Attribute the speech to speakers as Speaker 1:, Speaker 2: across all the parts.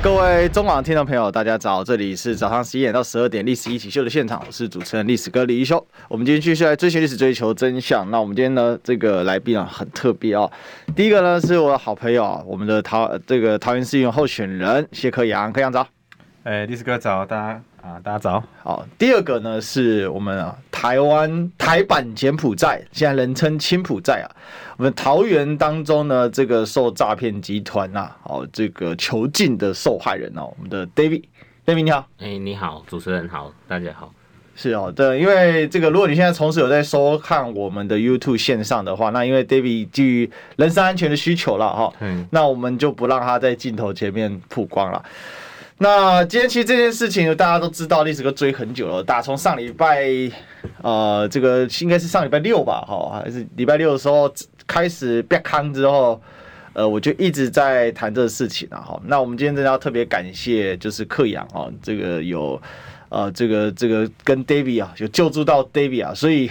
Speaker 1: 各位中广的听众朋友，大家早，这里是早上十一点到十二点《历史一起秀》的现场，我是主持人历史哥李一修。我们今天继续来追寻历史，追求真相。那我们今天呢，这个来宾啊很特别哦。第一个呢是我的好朋友啊，我们的桃呃这个桃园市议员候选人谢克阳，克阳早。
Speaker 2: 哎，历史哥早，大家啊，大家早。
Speaker 1: 好，第二个呢是我们啊台湾台版柬埔寨，现在人称柬埔寨啊。我们桃园当中呢，这个受诈骗集团呐、啊，哦这个囚禁的受害人哦、我们的 David，David 你好。
Speaker 3: 哎、你好，主持人好，大家好。
Speaker 1: 是哦，对，因为这个，如果你现在同时有在收看我们的 YouTube 线上的话，那因为 David 基于人身安全的需求了哈，
Speaker 3: 嗯，
Speaker 1: 那我们就不让他在镜头前面曝光了。那今天其实这件事情大家都知道，历史哥追很久了，打从上礼拜，呃，这个应该是上礼拜六吧，哈，还是礼拜六的时候开始被康之后，呃，我就一直在谈这个事情啊，哈。那我们今天真的要特别感谢，就是克阳啊，这个有，呃，这个这个跟 David 啊，有救助到 David 啊，所以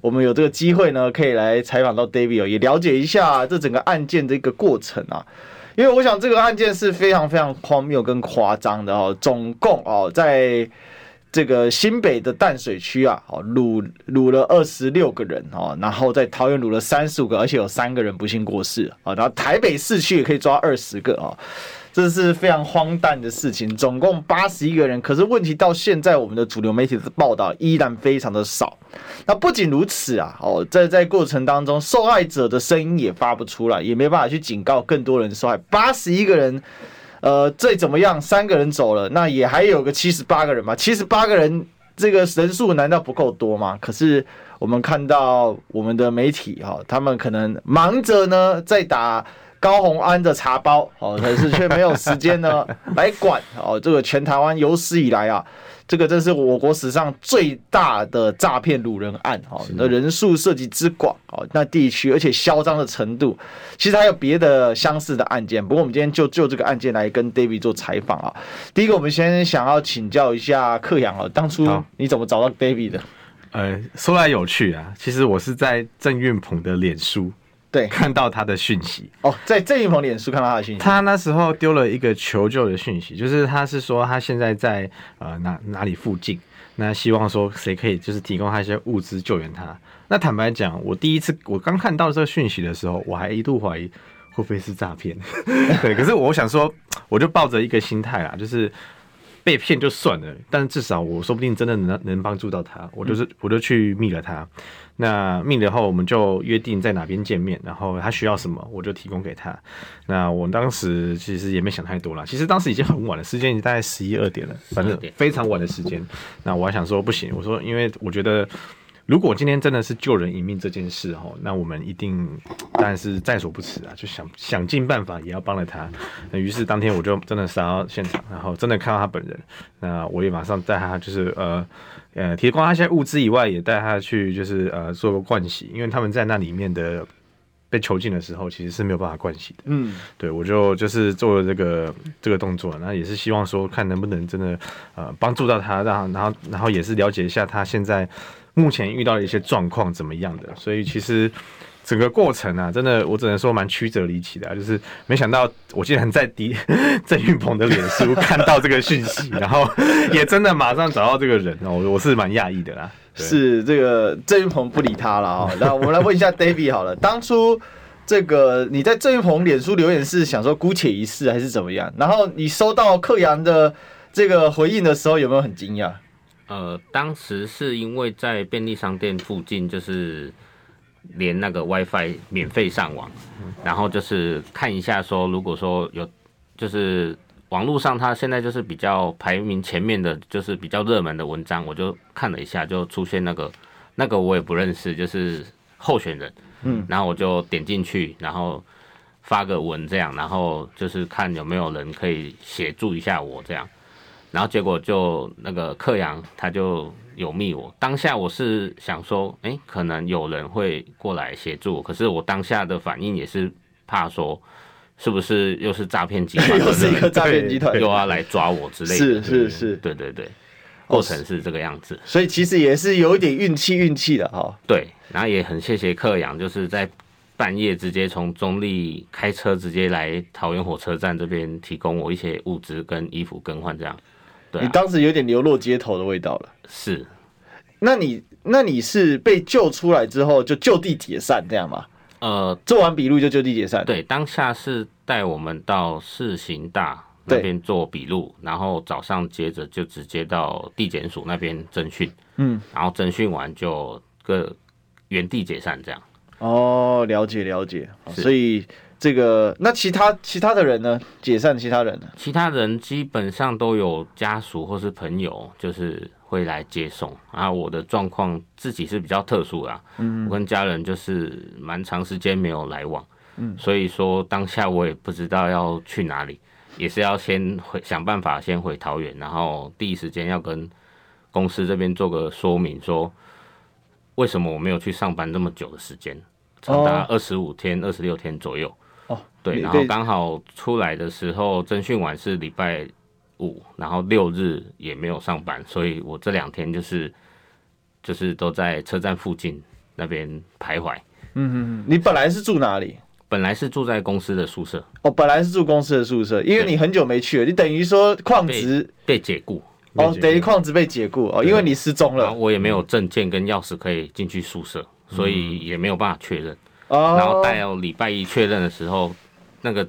Speaker 1: 我们有这个机会呢，可以来采访到 David 哦，也了解一下这整个案件的一个过程啊。因为我想这个案件是非常非常荒谬跟夸张的哦，总共哦，在这个新北的淡水区啊，哦掳掳了二十六个人哦，然后在桃园掳了三十五个，而且有三个人不幸过世啊、哦，然后台北市区也可以抓二十个哦。这是非常荒诞的事情，总共八十一个人，可是问题到现在，我们的主流媒体的报道依然非常的少。那不仅如此啊，哦，在在过程当中，受害者的声音也发不出来，也没办法去警告更多人受害。八十一个人，呃，再怎么样，三个人走了，那也还有个七十八个人嘛，七十八个人这个人数难道不够多吗？可是我们看到我们的媒体哈、哦，他们可能忙着呢在打。高红安的茶包哦，可是却没有时间呢来管哦。这个全台湾有史以来啊，这个真是我国史上最大的诈骗掳人案哦，那人数涉及之广哦，那地区而且嚣张的程度，其实还有别的相似的案件。不过我们今天就就这个案件来跟 David 做采访啊。第一个，我们先想要请教一下克阳哦，当初
Speaker 2: 好
Speaker 1: 你怎么找到 David 的？
Speaker 2: 呃，说来有趣啊，其实我是在郑运鹏的脸书
Speaker 1: 对
Speaker 2: 看到他的讯息，
Speaker 1: 哦，在郑云鹏脸书看到他的信息，
Speaker 2: 他那时候丢了一个求救的讯息，就是他是说他现在在呃哪哪里附近，那希望说谁可以就是提供他一些物资救援他。那坦白讲，我第一次我刚看到这个讯息的时候，我还一度怀疑会不会是诈骗， 对，可是我想说，我就抱着一个心态啦，就是。被骗就算了，但是至少我说不定真的能能帮助到他，我就是我就去密了他。那密了后，我们就约定在哪边见面，然后他需要什么，我就提供给他。那我当时其实也没想太多啦，其实当时已经很晚了，时间已经大概十一二点了，反正
Speaker 3: 12点
Speaker 2: 非常晚的时间。那我还想说不行，我说因为我觉得。如果今天真的是救人一命这件事哦，那我们一定当然是在所不辞啊，就想想尽办法也要帮了他。那于是当天我就真的杀到现场，然后真的看到他本人，那我也马上带他就是呃呃提供他一些物资以外，也带他去就是呃做个灌洗，因为他们在那里面的被囚禁的时候其实是没有办法灌洗的。
Speaker 1: 嗯，
Speaker 2: 对我就就是做了这个这个动作，那也是希望说看能不能真的呃帮助到他，让然后然后也是了解一下他现在目前遇到的一些状况怎么样的，所以其实。整个过程啊，真的我只能说蛮曲折离奇的、啊，就是没想到我竟然在迪 郑运鹏的脸 书看到这个讯息，然后也真的马上找到这个人哦，我我是蛮讶异的啦。对
Speaker 1: 是这个郑云鹏不理他了啊、那我们来问一下 David 好了，当初这个你在郑云鹏脸书留言是想说姑且一试还是怎么样？然后你收到克阳的这个回应的时候，有没有很惊讶？
Speaker 3: 呃，当时是因为在便利商店附近，就是连那个 WiFi 免费上网，然后就是看一下说，如果说有就是网络上它现在就是比较排名前面的，就是比较热门的文章，我就看了一下，就出现那个那个我也不认识，就是候选人，嗯，然后我就点进去，然后。发个文这样，然后就是看有没有人可以协助一下我这样，然后结果就那个克阳他就有密我，当下我是想说，哎，可能有人会过来协助我，可是我当下的反应也是怕说是不是又是诈骗 集团？
Speaker 1: 又是一个诈骗集团
Speaker 3: 又要来抓我之类的。
Speaker 1: 是是是哦
Speaker 3: 对对对，过程是这个样子。
Speaker 1: 所以其实也是有一点运气运气的哈。
Speaker 3: 对，然后也很谢谢克阳，就是在半夜直接从中立开车直接来桃园火车站这边提供我一些物资跟衣服更换，这样。对、
Speaker 1: 你
Speaker 3: 啊，
Speaker 1: 当时有点流落街头的味道了。
Speaker 3: 是
Speaker 1: 那你那你是被救出来之后就就地解散这样吗？
Speaker 3: 呃，
Speaker 1: 做完笔录就就地解散？，
Speaker 3: 对，当下是带我们到市刑大
Speaker 1: 对
Speaker 3: 那边做笔录，然后早上接着就直接到地检署那边侦讯，
Speaker 1: 嗯，
Speaker 3: 然后侦讯完就各原地解散这样。
Speaker 1: 哦，了解了解。哦
Speaker 3: 是
Speaker 1: 所以这个那其他其他的人呢？解散其他人呢？
Speaker 3: 其他人基本上都有家属或是朋友，就是会来接送。啊，我的状况自己是比较特殊啦，嗯，我跟家人就是蛮长时间没有来往，嗯，所以说当下我也不知道要去哪里，也是要先回想办法先回桃园，然后第一时间要跟公司这边做个说明，说为什么我没有去上班这么久的时间，长达二十五天、二十六天左右。
Speaker 1: 哦，
Speaker 3: 对，
Speaker 1: 你
Speaker 3: 然后刚好出来的时候征讯完是礼拜五，然后六日也没有上班，所以我这两天就是就是都在车站附近那边徘徊。
Speaker 1: 嗯嗯嗯，你本来是住哪里？
Speaker 3: 本来是住在公司的宿舍，
Speaker 1: 哦，本来是住公司的宿舍，因为
Speaker 3: 对
Speaker 1: 你很久没去了，你等于说矿职
Speaker 3: 被解雇，
Speaker 1: 哦，
Speaker 2: 解
Speaker 1: 等于矿职被解雇哦，因为你失踪
Speaker 3: 然后
Speaker 1: 了
Speaker 3: 我也没有证件跟钥匙可以进去宿舍，所以也没有办法确认。
Speaker 1: 哦，
Speaker 3: 然后到礼拜一确认的时候，那个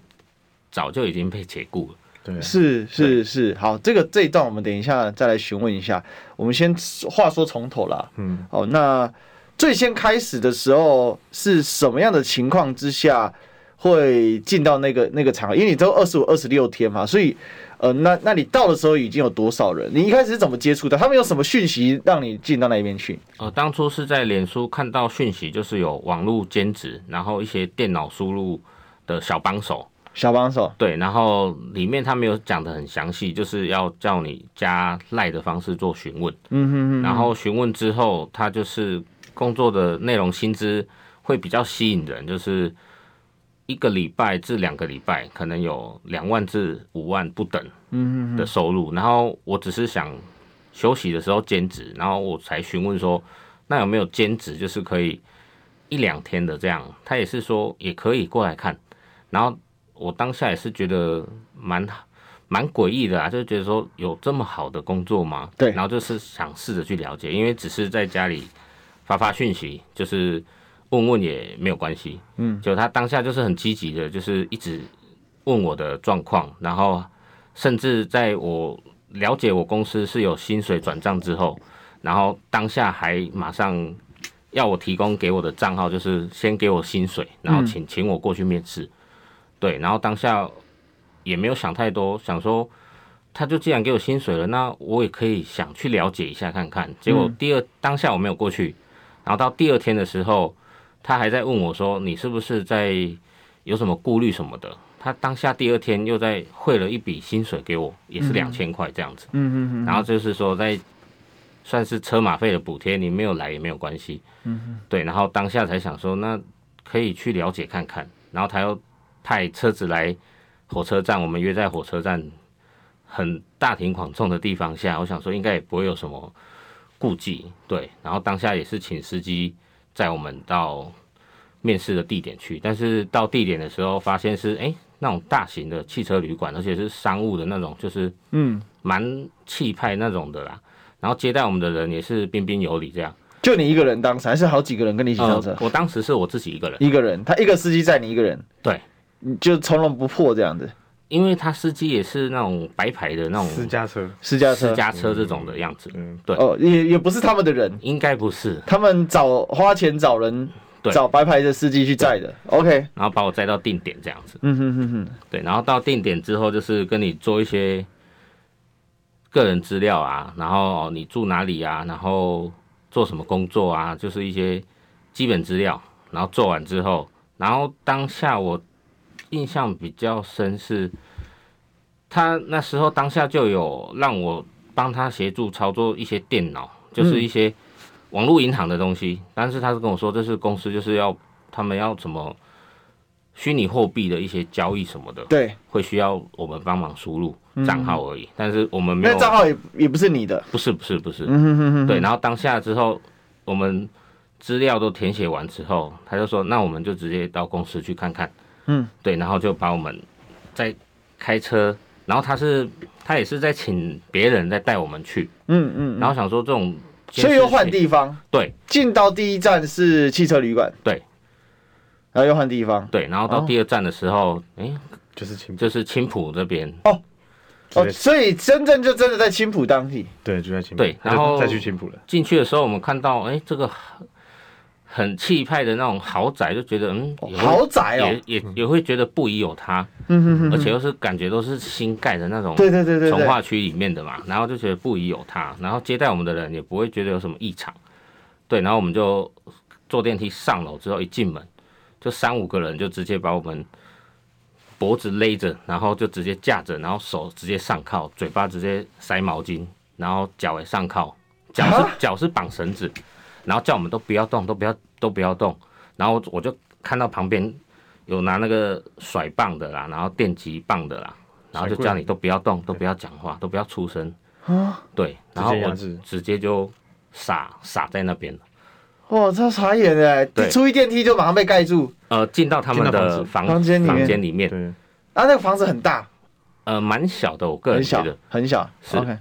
Speaker 3: 早就已经被解雇了。
Speaker 2: 对，
Speaker 1: 是是是，好，这个这一段我们等一下再来询问一下。我们先话说从头啦，
Speaker 2: 嗯，
Speaker 1: 哦，那最先开始的时候是什么样的情况之下会进到那个那个场合？因为你都二十五、二十六天嘛，所以呃，那那你到的时候已经有多少人？你一开始是怎么接触的？他们有什么讯息让你进到那边去？
Speaker 3: 呃，当初是在脸书看到讯息，就是有网络兼职，然后一些电脑输入的小帮手，
Speaker 1: 小帮手，
Speaker 3: 对，然后里面他没有讲的很详细，就是要叫你加赖的方式做询问，
Speaker 1: 嗯哼哼，
Speaker 3: 然后询问之后，他就是工作的内容薪资会比较吸引人，就是一个礼拜至两个礼拜，可能有两万至五万不等
Speaker 1: 嗯
Speaker 3: 的收入。然后我只是想休息的时候兼职，然后我才询问说，那有没有兼职就是可以一两天的这样？他也是说也可以过来看。然后我当下也是觉得蛮蛮诡异的啊，就觉得说有这么好的工作吗？
Speaker 1: 对
Speaker 3: 然后就是想试着去了解，因为只是在家里发发讯息，就是问问也没有关系。嗯，就他当下就是很积极的，就是一直问我的状况，然后甚至在我了解我公司是有薪水转账之后，然后当下还马上要我提供给我的账号，就是先给我薪水，然后请请我过去面试。对，然后当下也没有想太多，想说他就既然给我薪水了，那我也可以想去了解一下看看。结果第二、当下我没有过去，然后到第二天的时候，他还在问我说你是不是在有什么顾虑什么的。他当下第二天又在汇了一笔薪水给我，也是两千块这样子。
Speaker 1: 嗯嗯
Speaker 3: 然后就是说在算是车马费的补贴，你没有来也没有关系。嗯，对。然后当下才想说，那可以去了解看看。然后他又派车子来火车站，我们约在火车站很大庭广众的地方下，我想说应该也不会有什么顾忌，对。然后当下也是请司机载我们到面试的地点去，但是到地点的时候发现是哎、诶那种大型的汽车旅馆，而且是商务的那种，就是
Speaker 1: 嗯，
Speaker 3: 蛮气派那种的啦。然后接待我们的人也是彬彬有礼这样。
Speaker 1: 就你一个人当时，还是好几个人跟你一起上车？
Speaker 3: 我当时是我自己一个人，
Speaker 1: 一个人，他一个司机载你一个人，
Speaker 3: 对，
Speaker 1: 你就从容不迫这样子，
Speaker 3: 因为他司机也是那种白牌的那种
Speaker 2: 私家车，
Speaker 1: 私家车
Speaker 3: 私家车这种的样子，
Speaker 2: 嗯，
Speaker 3: 对，
Speaker 1: 哦，也也不是他们的人，
Speaker 3: 应该不是。
Speaker 1: 他们找花钱找人，
Speaker 3: 对
Speaker 1: 找白牌的司机去载的。OK，
Speaker 3: 然后把我载到定点这样子。
Speaker 1: 嗯哼哼哼，
Speaker 3: 对，然后到定点之后，就是跟你做一些个人资料啊，然后你住哪里啊，然后做什么工作啊，就是一些基本资料。然后做完之后，然后当下我印象比较深是，他那时候当下就有让我帮他协助操作一些电脑，就是一些网络银行的东西。但是他是跟我说，这是公司就是要他们要怎么虚拟货币的一些交易什么的，
Speaker 1: 对，
Speaker 3: 会需要我们帮忙输入账号而已，但是我们没
Speaker 1: 那
Speaker 3: 有
Speaker 1: 账号也也不是你的，
Speaker 3: 不是不是不
Speaker 1: 嗯
Speaker 3: 是，对。然后当下之后，我们资料都填写完之后，他就说，那我们就直接到公司去看看。
Speaker 1: 嗯，
Speaker 3: 对，然后就把我们再开车，然后他是他也是在请别人再带我们去，
Speaker 1: 嗯嗯，
Speaker 3: 然后想说这种，
Speaker 1: 所以又换，地方，
Speaker 3: 对
Speaker 1: 进到第一站是汽车旅馆，
Speaker 3: 对
Speaker 1: 然后又换地方，
Speaker 3: 对，然后到第二站的时候，诶，
Speaker 2: 就是青浦，
Speaker 3: 就是青浦这边，
Speaker 1: 哦，所以真正就真的在青浦当地，
Speaker 2: 对，就在青浦，
Speaker 3: 对然后
Speaker 2: 再去青浦了。
Speaker 3: 进去的时候，我们看到，哎、这个很很气派的那种豪宅，就觉得，嗯，
Speaker 1: 哦
Speaker 3: 也会
Speaker 1: 豪宅哦，
Speaker 3: 也也也会觉得不宜有它，
Speaker 1: 嗯哼哼
Speaker 3: 而
Speaker 1: 哼，
Speaker 3: 且又是感觉都是新盖的那种
Speaker 1: 对对对对
Speaker 3: 从
Speaker 1: 对，
Speaker 3: 化区里面的嘛，然后就觉得不宜有它，然后接待我们的人也不会觉得有什么异常，对，然后我们就坐电梯上楼之后，一进门就三五个人就直接把我们脖子勒着，然后就直接架着，然后手直接上铐，嘴巴直接塞毛巾，然后脚也上铐，脚是
Speaker 1: 啊
Speaker 3: 脚是绑绳子，然后叫我们都不要动，都不要都不要动，然后我就看到旁边有拿那个甩棒的啦，然后电击棒的啦，然后就
Speaker 2: 甩棍
Speaker 3: 叫你都不要动，都不要讲话，都不要出声，对，然后
Speaker 2: 直接压
Speaker 3: 我
Speaker 2: 制
Speaker 3: 直接就傻傻在那边了。
Speaker 1: 哇，这傻眼哎，
Speaker 3: 对
Speaker 1: 出一电梯就马上被盖住，
Speaker 3: 呃，进到他们的房
Speaker 1: 房间里面
Speaker 3: 房间里面，
Speaker 2: 对，
Speaker 1: 啊，那个房子很大，
Speaker 3: 呃，蛮小的，我个人
Speaker 1: 很
Speaker 3: 觉
Speaker 1: 小
Speaker 3: 得，
Speaker 1: 很小
Speaker 3: 是
Speaker 1: ，OK。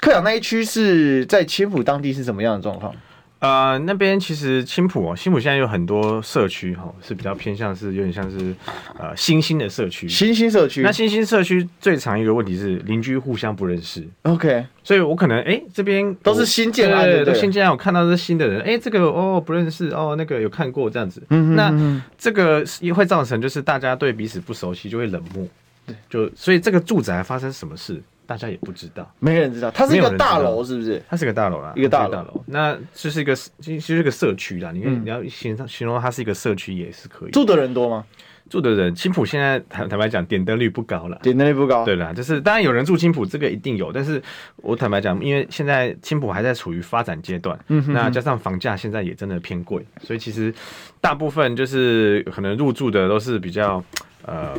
Speaker 1: 科长那一区是在青浦当地是什么样的状况？
Speaker 2: 呃，那边其实青浦哦，青浦现在有很多社区哈、哦，是比较偏向是有点像是呃新兴的社区。
Speaker 1: 新兴社区
Speaker 2: 那新兴社区最常一个问题是邻居互相不认识，
Speaker 1: ，OK，
Speaker 2: 所以我可能哎这边
Speaker 1: 都是新建案就
Speaker 2: 对对
Speaker 1: 对
Speaker 2: 对，
Speaker 1: 了
Speaker 2: 新建案我看到是新的人，哎这个哦不认识哦那个有看过这样子，
Speaker 1: 嗯哼
Speaker 2: 那
Speaker 1: 嗯
Speaker 2: 这个是也会造成就是大家对彼此不熟悉就会冷漠，对，就所以这个住宅发生什么事大家也不知道，
Speaker 1: 没人知道，它是一
Speaker 2: 没有
Speaker 1: 个
Speaker 2: 人知道
Speaker 1: 大楼，是不是？
Speaker 2: 它是个大楼啦，
Speaker 1: 一个大楼嗯
Speaker 2: 它是大楼，那就是一个其实是一个社区啦，你可以你要形容形容它是一个社区也是可以，
Speaker 1: 住的人多吗？
Speaker 2: 住的人青浦现在坦坦白讲点灯率不高啦。
Speaker 1: 点能力不高。
Speaker 2: 对啦，就是当然有人住青浦，这个一定有。但是我坦白讲，因为现在青浦还在处于发展阶段，嗯
Speaker 1: 哼
Speaker 2: 那加上房价现在也真的偏贵，所以其实大部分就是可能入住的都是比较呃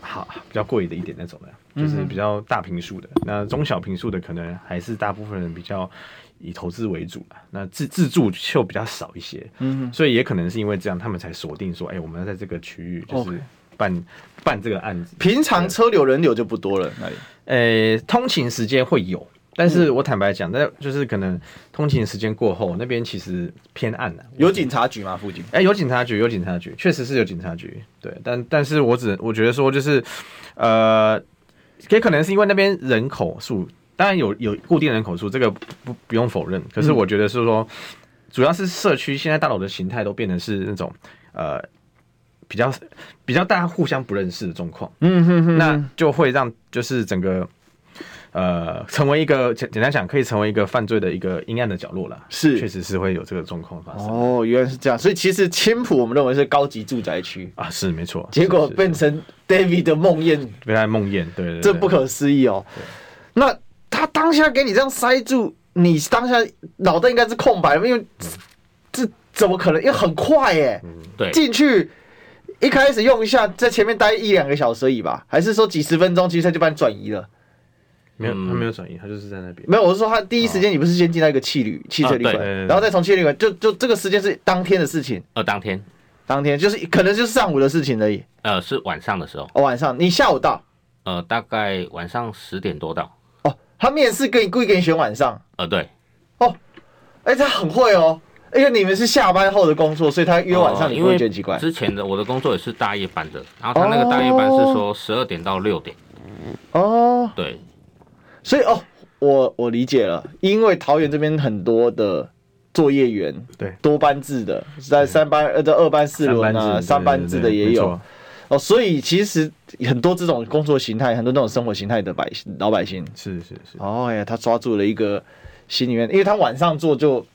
Speaker 2: 好比较贵的一点那种的，就是比较大平数的。那中小平数的可能还是大部分人比较。以投资为主啦那自自住就比较少一些，嗯，所以也可能是因为这样，他们才锁定说，哎、我们要在这个区域就是
Speaker 1: OK
Speaker 2: 办办这个案子，
Speaker 1: 平常车流人流就不多了，那里
Speaker 2: 呃，通勤时间会有，但是我坦白讲，那就是可能通勤时间过后，那边其实偏暗了、
Speaker 1: 有警察局吗？附近？
Speaker 2: 哎、有警察局，有警察局，确实是有警察局。对，但但是我只我觉得说就是，呃，也可能是因为那边人口数，当然有有固定人口数，这个不不用否认。可是
Speaker 1: 嗯
Speaker 2: 我觉得是说，主要是社区现在大楼的形态都变成是那种呃比较比较大家互相不认识的状况。
Speaker 1: 嗯哼哼
Speaker 2: 那就会让就是整个呃成为一个简简单讲，可以成为一个犯罪的一个阴暗的角落了。
Speaker 1: 是
Speaker 2: 确实是会有这个状况发生、
Speaker 1: 哦，原来是这样，所以其实青浦我们认为是高级住宅区，
Speaker 2: 啊，是没错。
Speaker 1: 结果
Speaker 2: 是
Speaker 1: 变成 David 的梦魇，
Speaker 2: 是被他梦魇，对对对，
Speaker 1: 这不可思议哦。那他当下给你这样塞住，你当下脑袋应该是空白，因为这怎么可能？因为很快耶，
Speaker 2: 嗯
Speaker 3: 对，
Speaker 1: 进去一开始用一下，在前面待一两个小时而已吧，还是说几十分钟，其实他就把你转移了？
Speaker 2: 没有他
Speaker 3: 嗯
Speaker 2: 没有转移，他就是在那边。
Speaker 1: 没有，我是说他第一时间你不是先进到一个汽旅、汽车旅馆
Speaker 3: 啊
Speaker 2: 对对对，对
Speaker 1: 然后再从汽车旅馆，就就这个时间是当天的事情，
Speaker 3: 呃，当天，
Speaker 1: 当天就是可能就是上午的事情而已。
Speaker 3: 呃，是晚上的时候，
Speaker 1: 哦，晚上你下午到
Speaker 3: 呃，大概晚上十点多到，
Speaker 1: 哦，他面试给你故意给你选晚上，
Speaker 3: 呃，对，
Speaker 1: 哎，他很会哦，因为你们是下班后的工作，所以他约晚上
Speaker 3: 呃
Speaker 1: 你
Speaker 3: 因
Speaker 1: 不会
Speaker 3: 为
Speaker 1: 觉得奇怪。
Speaker 3: 之前的我的工作也是大夜班的，然后他那个大夜班是说十二点到六点，
Speaker 1: 哦，
Speaker 3: 对，
Speaker 1: 所以哦，我我理解了，因为桃园这边很多的作业员，
Speaker 2: 对
Speaker 1: 多班制的，在三班呃，这二班四轮啊，三班制的也有，哦，所以其实很多这种工作形态，很多这种生活形态的百姓老百姓，
Speaker 2: 对对对没错是是是，
Speaker 1: 哦哎呀，他抓住了一个心里面，因为他晚上做就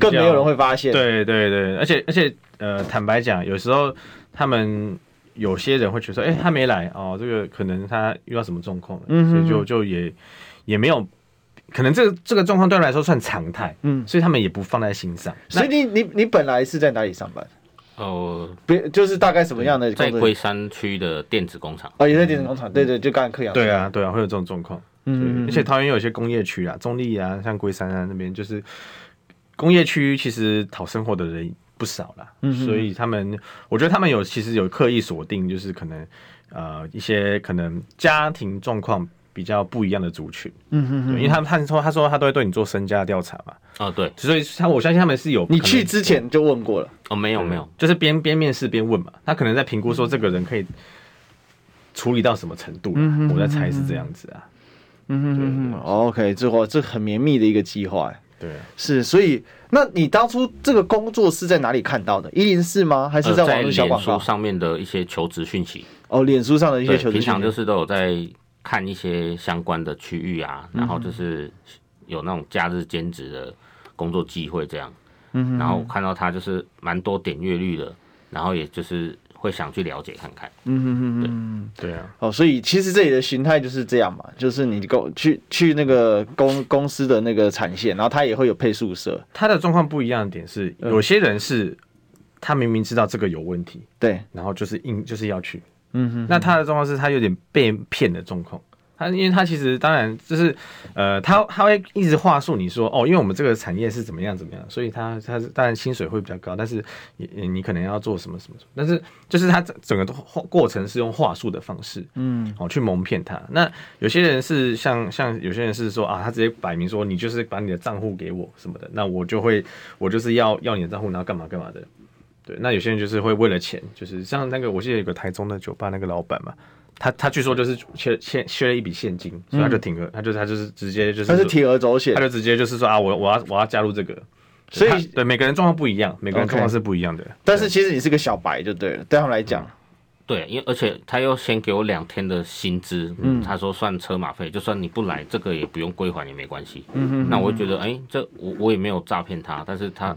Speaker 1: 更没有人会发现，，
Speaker 2: 对对对，而且而且呃，坦白讲，有时候他们。有些人会觉得说，哎、他没来哦，这个可能他遇到什么状况了，
Speaker 1: 嗯哼
Speaker 2: 所以就就也也没有，可能这个这个状况对他们来说算常态，
Speaker 1: 嗯
Speaker 2: 所以他们也不放在心上。那
Speaker 1: 所以你你你本来是在哪里上班？
Speaker 3: 呃，
Speaker 1: 别就是大概什么样的
Speaker 3: 在
Speaker 1: 工作
Speaker 3: 龟？山区的电子工厂，
Speaker 1: 哦，也在电子工厂，对对，就刚才克阳
Speaker 2: 对啊，对啊，会有这种状况。嗯，而且桃园有一些工业区啊，中立啊，像龟山啊那边，就是工业区其实讨生活的人不少啦。所以他们，我觉得他们有其实有刻意锁定，就是可能呃一些可能家庭状况比较不一样的族群。嗯哼因为他们他说他说他都会对你做身家调查嘛，
Speaker 3: 哦，对，
Speaker 2: 所以他我相信他们是有
Speaker 1: 你
Speaker 2: 可能
Speaker 1: 去之前就问过了，
Speaker 3: 哦，没有没有，
Speaker 2: 就是边边面试边问嘛，他可能在评估说这个人可以处理到什么程度啦，我在猜是这样子啊。
Speaker 1: 嗯，OK，这话这很绵密的一个计划，哎
Speaker 2: 对啊，
Speaker 1: 是，所以那你当初这个工作是在哪里看到的？一零四吗？还是
Speaker 3: 呃
Speaker 1: 在
Speaker 3: 在
Speaker 1: 网络小
Speaker 3: 脸
Speaker 1: 广
Speaker 3: 书
Speaker 1: 告？
Speaker 3: 上面的一些求职讯息，
Speaker 1: 哦，脸书上的一些
Speaker 3: 对，
Speaker 1: 求职
Speaker 3: 平常
Speaker 1: 信息
Speaker 3: 就是都有在看一些相关的区域啊，
Speaker 1: 嗯
Speaker 3: 然后就是有那种假日兼职的工作机会这样，嗯，然后我看到它就是蛮多点阅率的，然后也就是会想去了解看看，
Speaker 1: 嗯
Speaker 2: 对啊，
Speaker 1: 哦，所以其实这里的形态就是这样嘛，就是你公去去那个公公司的那个产线，然后它也会有配宿舍，
Speaker 2: 他的状况不一样的点是，有些人是他明明知道这个有问题，
Speaker 1: 对，
Speaker 2: 然后就是硬就是要去。
Speaker 1: 嗯哼，
Speaker 2: 那他的状况是他有点被骗的状况。他因为他其实当然就是呃，他他会一直话术你说哦，因为我们这个产业是怎么样怎么样，所以他他是当然薪水会比较高，但是也也你可能要做什么什么什么，但是就是他整整个都过程是用话术的方式，嗯，哦去蒙骗他。那有些人是像像有些人是说啊，他直接摆明说你就是把你的账户给我什么的，那我就会我就是要要你的账户，然后干嘛干嘛的，对，那有些人就是会为了钱，就是像那个我记得有个台中的酒吧那个老板嘛，他他据说就是缺欠缺了一笔现金，所以他就停了，他就他就是直接就是
Speaker 1: 它嗯是铤而走险
Speaker 2: 他，就直接就是说啊，我我要我要加入这个，
Speaker 1: 所
Speaker 2: 他
Speaker 1: 以
Speaker 2: 对每个人状况不一样，每个人
Speaker 1: OK
Speaker 2: 状况是不一样的。
Speaker 1: 但是其实你是个小白就对了，对他们来讲，
Speaker 3: 对，因为而且他又先给我两天的薪资，嗯
Speaker 1: 嗯
Speaker 3: 他说算车马费，就算你不来，这个也不用归还也没关系。
Speaker 1: 嗯
Speaker 3: 那我就觉得，哎、这我我也没有诈骗他，但是他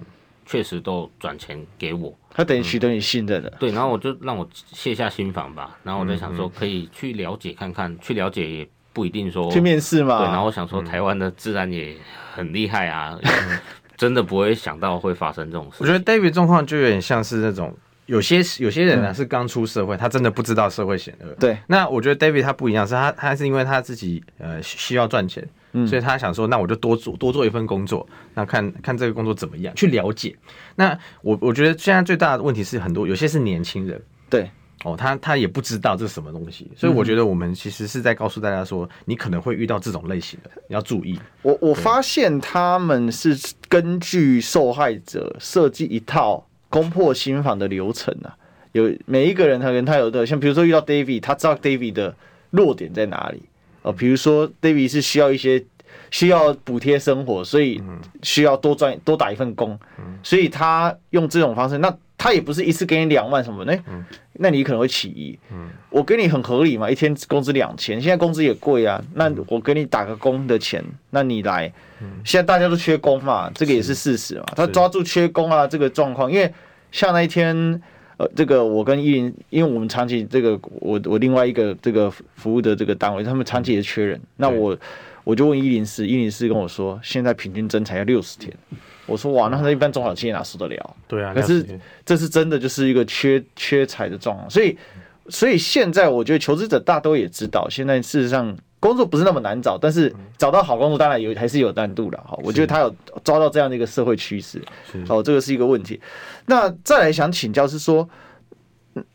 Speaker 3: 确实都转钱给我，
Speaker 1: 他等于取得你信任了，
Speaker 3: 对，然后我就让我卸下心防吧，然后我在想
Speaker 1: 嗯
Speaker 3: 说可以去了解看看，去了解也不一定说
Speaker 1: 去面试嗯
Speaker 3: 嗯对，然
Speaker 1: 嘛，
Speaker 3: 后我想说台湾的治安也很厉害啊， 真的不会想到会发生这种
Speaker 2: 我
Speaker 3: 事。
Speaker 2: 觉得 David 状况就有点像是那种有些有些人啊
Speaker 1: 嗯
Speaker 2: 是刚出社会，他真的不知道社会险恶。
Speaker 1: 对，
Speaker 2: 那我觉得 David 他不一样，是他他是因为他自己呃需需要赚钱，
Speaker 1: 嗯
Speaker 2: 所以他想说，那我就多做多做一份工作，那看看这个工作怎么样，去了解。那我我觉得现在最大的问题是很多有些是年轻人。
Speaker 1: 对，
Speaker 2: 哦，他他也不知道这是什么东西，所以我觉得我们其实是在告诉大家说，你可能会遇到这种类型的，你要注意。
Speaker 1: 我我发现他们是根据受害者设计一套攻破心房的流程啊，有每一个人他跟他有的，像比如说遇到 David，他知道 David 的弱点在哪里哦，比如说 David 是需要一些需要补贴生活，所以需要多赚多打一份工，所以他用这种方式，那他也不是一次给你两万什么的，那那你可能会起疑。我给你很合理嘛，一天工资两千，现在工资也贵啊，那我给你打个工的钱，那你来，现在大家都缺工嘛，这个嗯也是事实嘛，他抓住缺工啊这个状况，因为像那一天。呃，这个我跟依林，因为我们长期这个我我另外一个这个服务的这个单位，他们长期也缺人，那
Speaker 2: 对
Speaker 1: 我我就问一零四，一零四跟我说，现在平均增产要六十天，我说哇，那他一般中小企业哪受得了？
Speaker 2: 对啊
Speaker 1: 可是这是真的就是一个缺缺财的状况，所以所以现在我觉得求职者大都也知道，现在事实上工作不是那么难找，但是
Speaker 3: 嗯
Speaker 1: 找到好工作当然有还是有难度了哈。我觉得他有抓到这样的一个社会趋势，哦，这个是一个问题。那再来想请教是说，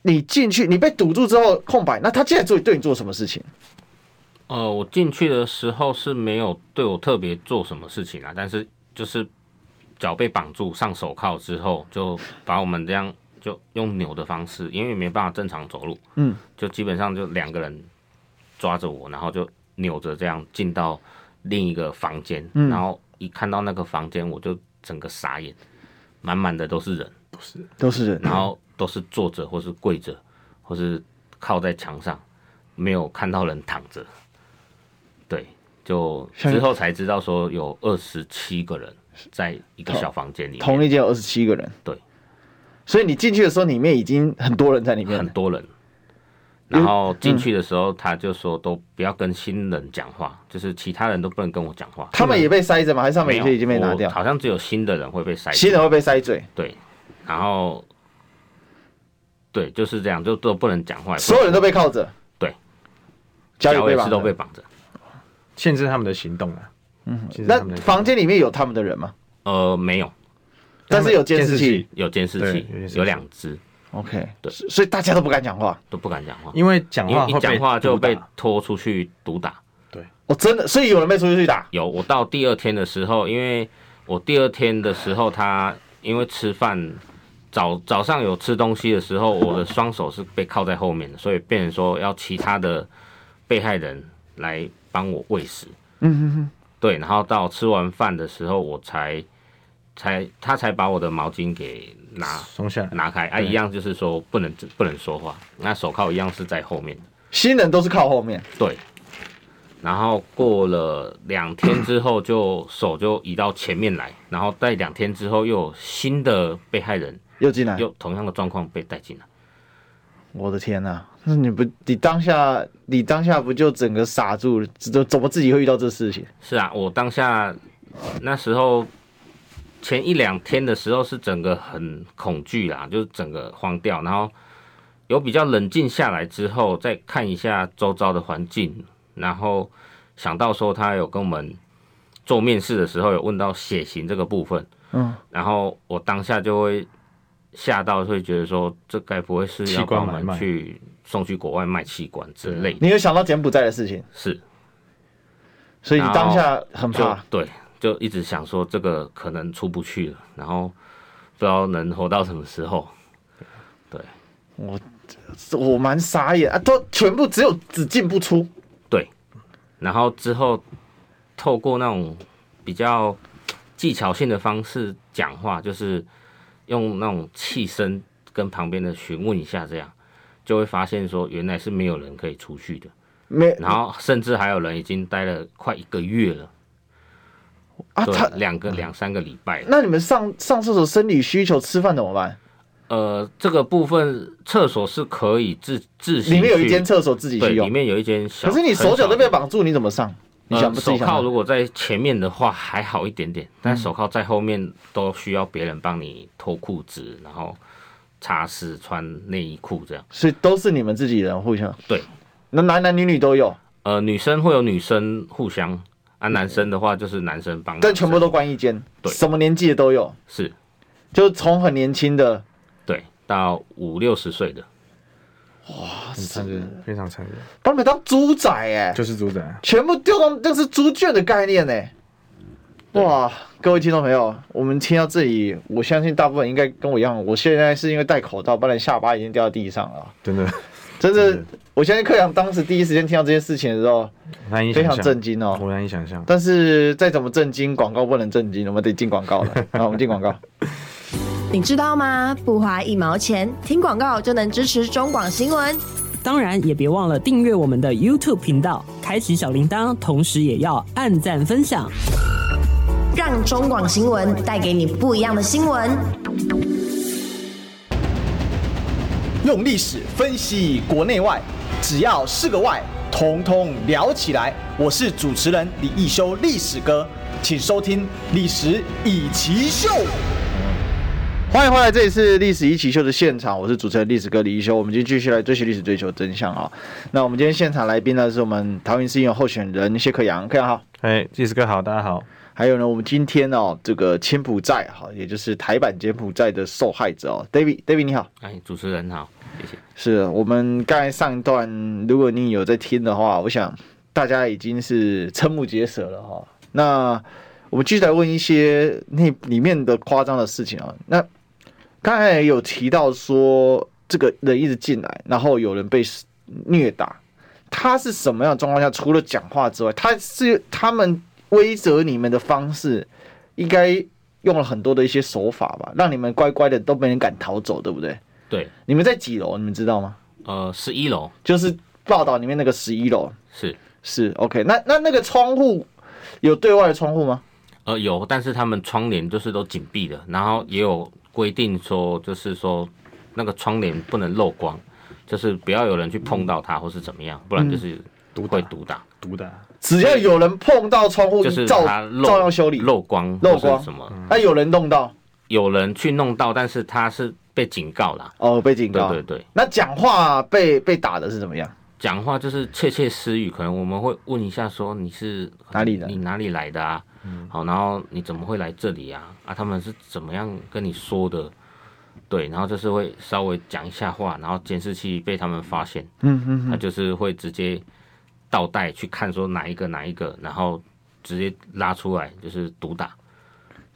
Speaker 1: 你进去你被堵住之后空白，那他现在做对你做什么事情？
Speaker 3: 呃，我进去的时候是没有对我特别做什么事情啊，但是就是脚被绑住上手铐之后，就把我们这样就用扭的方式，因为没办法正常走路，
Speaker 1: 嗯，
Speaker 3: 就基本上就两个人抓着我，然后就扭着这样进到另一个房间，然后一看到那个房间，我就整个傻眼，满满的都是人，
Speaker 1: 都是人，
Speaker 3: 然后都是坐着或是跪着，或是靠在墙上，没有看到人躺着。对，就
Speaker 1: 像
Speaker 3: 之后才知道说有二十七个人在一个小房间里
Speaker 1: 同
Speaker 3: 面，
Speaker 1: 一间有二十七个人，
Speaker 3: 对，
Speaker 1: 所以你进去的时候里面已经很多人在里面了
Speaker 3: 很。多人。然后
Speaker 1: 嗯
Speaker 3: 进去的时候，他就说都不要跟新人讲话，就是其他人都不能跟我讲话。
Speaker 1: 他们也被塞着吗？还是他们
Speaker 3: 没
Speaker 1: 也
Speaker 3: 有
Speaker 1: 被已经被拿
Speaker 3: 我
Speaker 1: 掉？
Speaker 3: 好像只有新的人会被筛。
Speaker 1: 新人会被塞嘴，
Speaker 3: 对，然后对，就是这样，就都不能讲坏话，
Speaker 1: 所有人都被铐着，
Speaker 3: 对，
Speaker 1: 脚也
Speaker 3: 脚
Speaker 1: 被
Speaker 3: 也
Speaker 1: 绑
Speaker 3: 是
Speaker 1: 着
Speaker 3: 都被绑着。
Speaker 2: 限制他们的行动啊。嗯，
Speaker 1: 那房间里面有他们的人吗？
Speaker 3: 呃，没有，
Speaker 1: 但是有监视
Speaker 2: 视
Speaker 1: 器。
Speaker 3: 有监视
Speaker 2: 对
Speaker 3: 器
Speaker 2: 有监视，器
Speaker 3: 有两只
Speaker 1: OK，
Speaker 3: 对
Speaker 1: 所所以大家都不敢讲话。
Speaker 3: 都不敢讲话，
Speaker 2: 因为讲
Speaker 3: 因
Speaker 2: 话
Speaker 3: 为
Speaker 2: 会
Speaker 3: 一讲话就被
Speaker 2: 毒打
Speaker 3: 拖出去毒打。
Speaker 1: 哦，真的，所以有人被出去打。
Speaker 3: 有，我到第二天的时候，因为我第二天的时候，他因为吃饭早早上有吃东西的时候，我的双手是被靠在后面的，所以变成说要其他的被害人来帮我喂食。
Speaker 1: 嗯哼哼，
Speaker 3: 对，然后到吃完饭的时候，我才才他才把我的毛巾给拿
Speaker 2: 松下来，
Speaker 3: 拿开啊，一样就是说不能不能说话，那手铐一样是在后面的。
Speaker 1: 新人都是靠后面。
Speaker 3: 对，然后过了两天之后就，手就移到前面来，然后在两天之后，又有新的被害人
Speaker 1: 又进来，
Speaker 3: 又同样的状况被带进来。
Speaker 1: 啊我的天呐、那你不，你当下，你当下不就整个傻住了？怎怎么自己会遇到这事情？
Speaker 3: 是啊，我当下那时候前一两天的时候是整个很恐惧啦，就是整个慌掉，然后有比较冷静下来之后，再看一下周遭的环境，然后想到说他有跟我们做面试的时候有问到血型这个部分，
Speaker 1: 嗯，
Speaker 3: 然后我当下就会吓到，会觉得说这该不会是要
Speaker 2: 器官
Speaker 3: 帮我
Speaker 2: 买
Speaker 3: 们
Speaker 2: 卖嗯
Speaker 3: 去送去国外卖器官之类的？
Speaker 1: 你有想到柬埔寨的事情，
Speaker 3: 是，
Speaker 1: 所以你当下很
Speaker 3: 就
Speaker 1: 怕。
Speaker 3: 对，就一直想说这个可能出不去了，然后不知道能活到什么时候。
Speaker 1: 我我蛮傻眼啊，都全部只有只进不出。
Speaker 3: 然后之后透过那种比较技巧性的方式讲话，就是用那种气声跟旁边的询问一下，这样就会发现说原来是没有人可以出去的。
Speaker 1: 没
Speaker 3: 然后甚至还有人已经待了快一个月了，
Speaker 1: 啊，
Speaker 3: 对
Speaker 1: 他，
Speaker 3: 两个两三个礼拜了。
Speaker 1: 那你们上上厕所生理需求吃饭怎么办？
Speaker 3: 呃，这个部分厕所是可以自自行
Speaker 1: 里面有一
Speaker 3: 去
Speaker 1: 间厕所自己
Speaker 3: 对，
Speaker 1: 去
Speaker 3: 里
Speaker 1: 用，
Speaker 3: 面有一间小，
Speaker 1: 可是你手脚都
Speaker 3: 很小
Speaker 1: 被
Speaker 3: 的
Speaker 1: 绑住，你怎么上？你想
Speaker 3: 呃，
Speaker 1: 不自己嗯
Speaker 3: 手
Speaker 1: 想
Speaker 3: 铐
Speaker 1: 办法？
Speaker 3: 如果在前面的话还好一点点，但手铐在后面都需要别人帮你脱裤子，然后擦拭穿内衣裤这样。
Speaker 1: 所以都是你们自己人互相。
Speaker 3: 对，
Speaker 1: 那男男女女都有，
Speaker 3: 呃，女生会有女生互相，啊，男生的话就是男生帮男
Speaker 1: 嗯
Speaker 3: 生，
Speaker 1: 但全部都关一间，
Speaker 3: 对
Speaker 1: 什么年纪的都有，
Speaker 3: 是
Speaker 1: 就从很年轻的
Speaker 3: 对到五六十岁的，
Speaker 2: 很残忍，非常残忍，
Speaker 1: 把你们当猪仔哎、
Speaker 2: 就是主宰啊。
Speaker 1: 全部丢到那是猪圈的概念呢、欸哇，各位听众朋友，我们听到这里，我相信大部分应该跟我一样，我现在是因为戴口罩，不然下巴已经掉到地上了。
Speaker 2: 真的
Speaker 1: 真的
Speaker 2: 是，
Speaker 1: 我相信克阳当时第一时间听到这件事情的时候，
Speaker 2: 难以
Speaker 1: 非
Speaker 2: 想
Speaker 1: 常
Speaker 2: 象，
Speaker 1: 震惊哦。
Speaker 2: 我难以想象。
Speaker 1: 但是再怎么震惊，广告不能震惊，我们得进广告了。好，我们进广告。
Speaker 4: 你知道吗？不花一毛钱，听广告就能支持中广新闻。
Speaker 5: 当然也别忘了订阅我们的 YouTube 频道，开启小铃铛，同时也要按赞分享。
Speaker 4: 让中广新闻带给你不一样的新闻。
Speaker 6: 用历史分析国内外，只要是个“外”，统统聊起来。我是主持人李一修，历史哥，请收听《历史以奇秀》。
Speaker 1: 欢迎回来，这里是《历史一起秀》的现场，我是主持人历史哥李一修。我们今天继续来追寻历史，追求真相啊！那我们今天现场来宾呢，是我们桃园市议员候选人谢克阳，克阳好。
Speaker 2: 哎，技师哥好，大家好。
Speaker 1: 还有呢，我们今天哦，这个柬埔寨哈，也就是台版柬埔寨的受害者哦，David，David 你好。
Speaker 3: 哎，主持人好，谢谢。
Speaker 1: 是我们刚才上一段，如果你有在听的话，我想大家已经是瞠目结舌了哈。那我们继续来问一些那里面的夸张的事情啊。那刚才有提到说，这个人一直进来，然后有人被虐打，他是什么样的状况下？除了讲话之外，他是他们威责你们的方式，应该用了很多的一些手法吧，让你们乖乖的都没人敢逃走，对不对？
Speaker 3: 对，
Speaker 1: 你们在几楼？你们知道吗？
Speaker 3: 呃，十一楼
Speaker 1: 就是报道里面那个十一楼
Speaker 3: 是
Speaker 1: 是 OK 那。那那个窗户有对外的窗户吗？
Speaker 3: 呃，有，但是他们窗帘就是都紧闭的，然后也有规定说，就是说那个窗帘不能漏光，就是不要有人去碰到它或是怎么样，不然就是
Speaker 1: 嗯
Speaker 2: 毒打
Speaker 3: 会毒打，
Speaker 2: 毒打，
Speaker 1: 只要有人碰到窗户，
Speaker 3: 就是
Speaker 1: 哦照
Speaker 3: 它漏
Speaker 1: 照样修理。
Speaker 3: 漏光
Speaker 1: 漏
Speaker 3: 或是
Speaker 1: 光
Speaker 3: 什么，
Speaker 1: 那有人弄到，
Speaker 3: 有人去弄到，但是它是被警告啦，
Speaker 1: 哦，被警告。
Speaker 3: 对对对。
Speaker 1: 那讲话被被打的是怎么样？
Speaker 3: 讲话就是窃窃私语，可能我们会问一下说你是
Speaker 1: 哪里人嗯
Speaker 3: 你哪里来的啊？好，然后你怎么会来这里啊？啊，他们是怎么样跟你说的？对，然后就是会稍微讲一下话，然后监视器被他们发现，
Speaker 1: 嗯嗯
Speaker 3: 他就是会直接倒带去看说哪一个哪一个，然后直接拉出来就是毒打，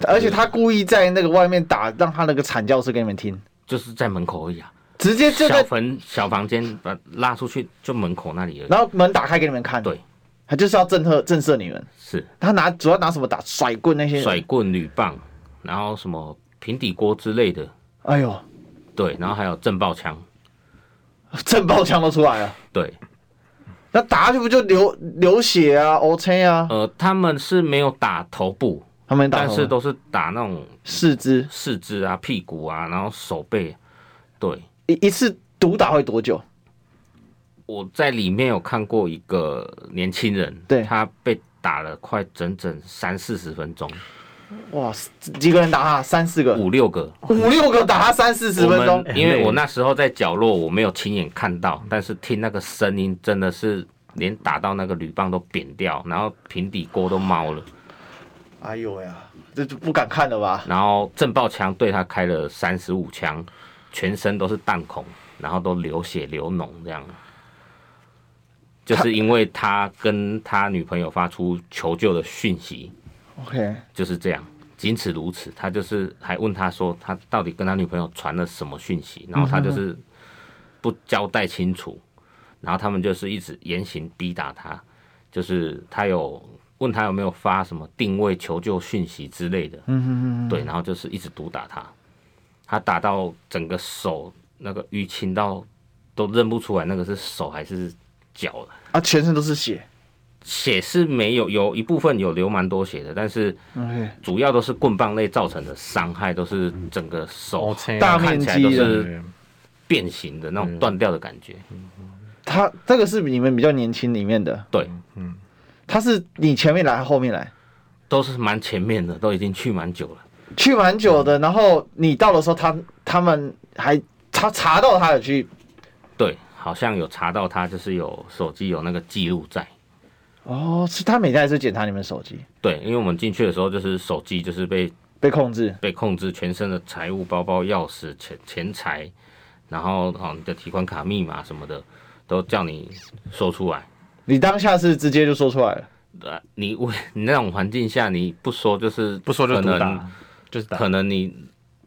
Speaker 1: 而且他故意在那个外面打，让他那个惨叫声给你们听，
Speaker 3: 就是在门口而已啊，
Speaker 1: 直接就
Speaker 3: 小
Speaker 1: 在，
Speaker 3: 房小房间把拉出去就门口那里而已。
Speaker 1: 然后门打开给你们看。
Speaker 3: 对，
Speaker 1: 他就是要震慑震慑你们。
Speaker 3: 是
Speaker 1: 他拿主要拿什么打？甩棍那些。
Speaker 3: 甩。棍、铝棒，然后什么平底锅之类的，
Speaker 1: 哎呦，
Speaker 3: 对，然后还有震爆枪，
Speaker 1: 震爆枪都出来了。
Speaker 3: 对，
Speaker 1: 那打下去不就流流血啊，OK 啊？
Speaker 3: 呃，他们是没有打头部，
Speaker 1: 他们打什
Speaker 3: 但
Speaker 1: 么
Speaker 3: 是都是打那种
Speaker 1: 四肢
Speaker 3: 四肢啊、屁股啊，然后手背。对，
Speaker 1: 一一次毒打会多久？
Speaker 3: 我在里面有看过一个年轻人，
Speaker 1: 对
Speaker 3: 他被打了快整整三四十分钟，
Speaker 1: 哇，几个人打他？三四个，
Speaker 3: 五六个。
Speaker 1: 五六个打他三四十
Speaker 3: 我
Speaker 1: 分钟
Speaker 3: 们。因为我那时候在角落，我没有亲眼看到，但是听那个声音真的是连打到那个铝棒都扁掉，然后平底锅都猫了，
Speaker 1: 哎呦
Speaker 6: 啊
Speaker 1: 呀，这就不敢看了吧？
Speaker 3: 然后震爆枪对他开了三十五枪，全身都是弹孔，然后都流血流脓这样。就是因为他跟他女朋友发出求救的讯息，
Speaker 1: OK，
Speaker 3: 就是这样，仅此如此。他就是还问他说，他到底跟他女朋友传了什么讯息，然后他就是不交代清楚，然后他们就是一直严刑逼打他，就是他有问他有没有发什么定位求救讯息之类的，嗯嗯嗯，对，然后就是一直毒打他，他打到整个手那个淤青到都认不出来那个是手还是脚了。
Speaker 1: 啊，全身都是血。
Speaker 3: 血是没有，有一部分有流蛮多血的，但是
Speaker 1: OK，
Speaker 3: 主要都是棍棒类造成的伤害，都是整个手
Speaker 2: ，OK 啊
Speaker 1: 大面
Speaker 3: 哦看起来都
Speaker 1: 积的
Speaker 3: 是变形的那种断掉的感觉。
Speaker 1: 他这个是你们比较年轻里面的，
Speaker 3: 对，
Speaker 1: 他是你前面来，后面来，
Speaker 3: 都是蛮前面的，都已经去蛮久了。
Speaker 1: 去蛮久的。然后你到的时候，他他们还他查到他有去，
Speaker 3: 对，好像有查到他，就是有手机有那个记录在。
Speaker 1: 哦，是他每天还是检查你们手机
Speaker 3: 对，因为我们进去的时候，就是手机就是被
Speaker 1: 被控制，
Speaker 3: 被控制，全身的财务、包包、钥匙、钱钱财，然后哦你的提款卡密码什么的，都叫你说出来。
Speaker 1: 你当下是直接就说出来了。
Speaker 3: 呃，你我 你那种环境下，你不说就是
Speaker 2: 不说就
Speaker 3: 可
Speaker 2: 毒
Speaker 3: 能
Speaker 2: 打，就是打
Speaker 3: 可，能你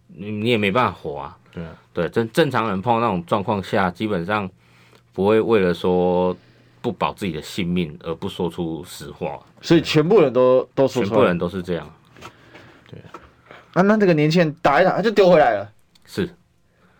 Speaker 3: 你你也没办法活啊。
Speaker 2: 对啊，
Speaker 3: 对，正正常人碰到那种状况下，基本上不会为了说不保自己的性命而不说出实话，
Speaker 1: 所以全部人都都说
Speaker 3: 全
Speaker 1: 出
Speaker 3: 部
Speaker 1: 来
Speaker 3: 人，都是这样。
Speaker 1: 那那这个年轻人打一打他就丢回来了。
Speaker 3: 是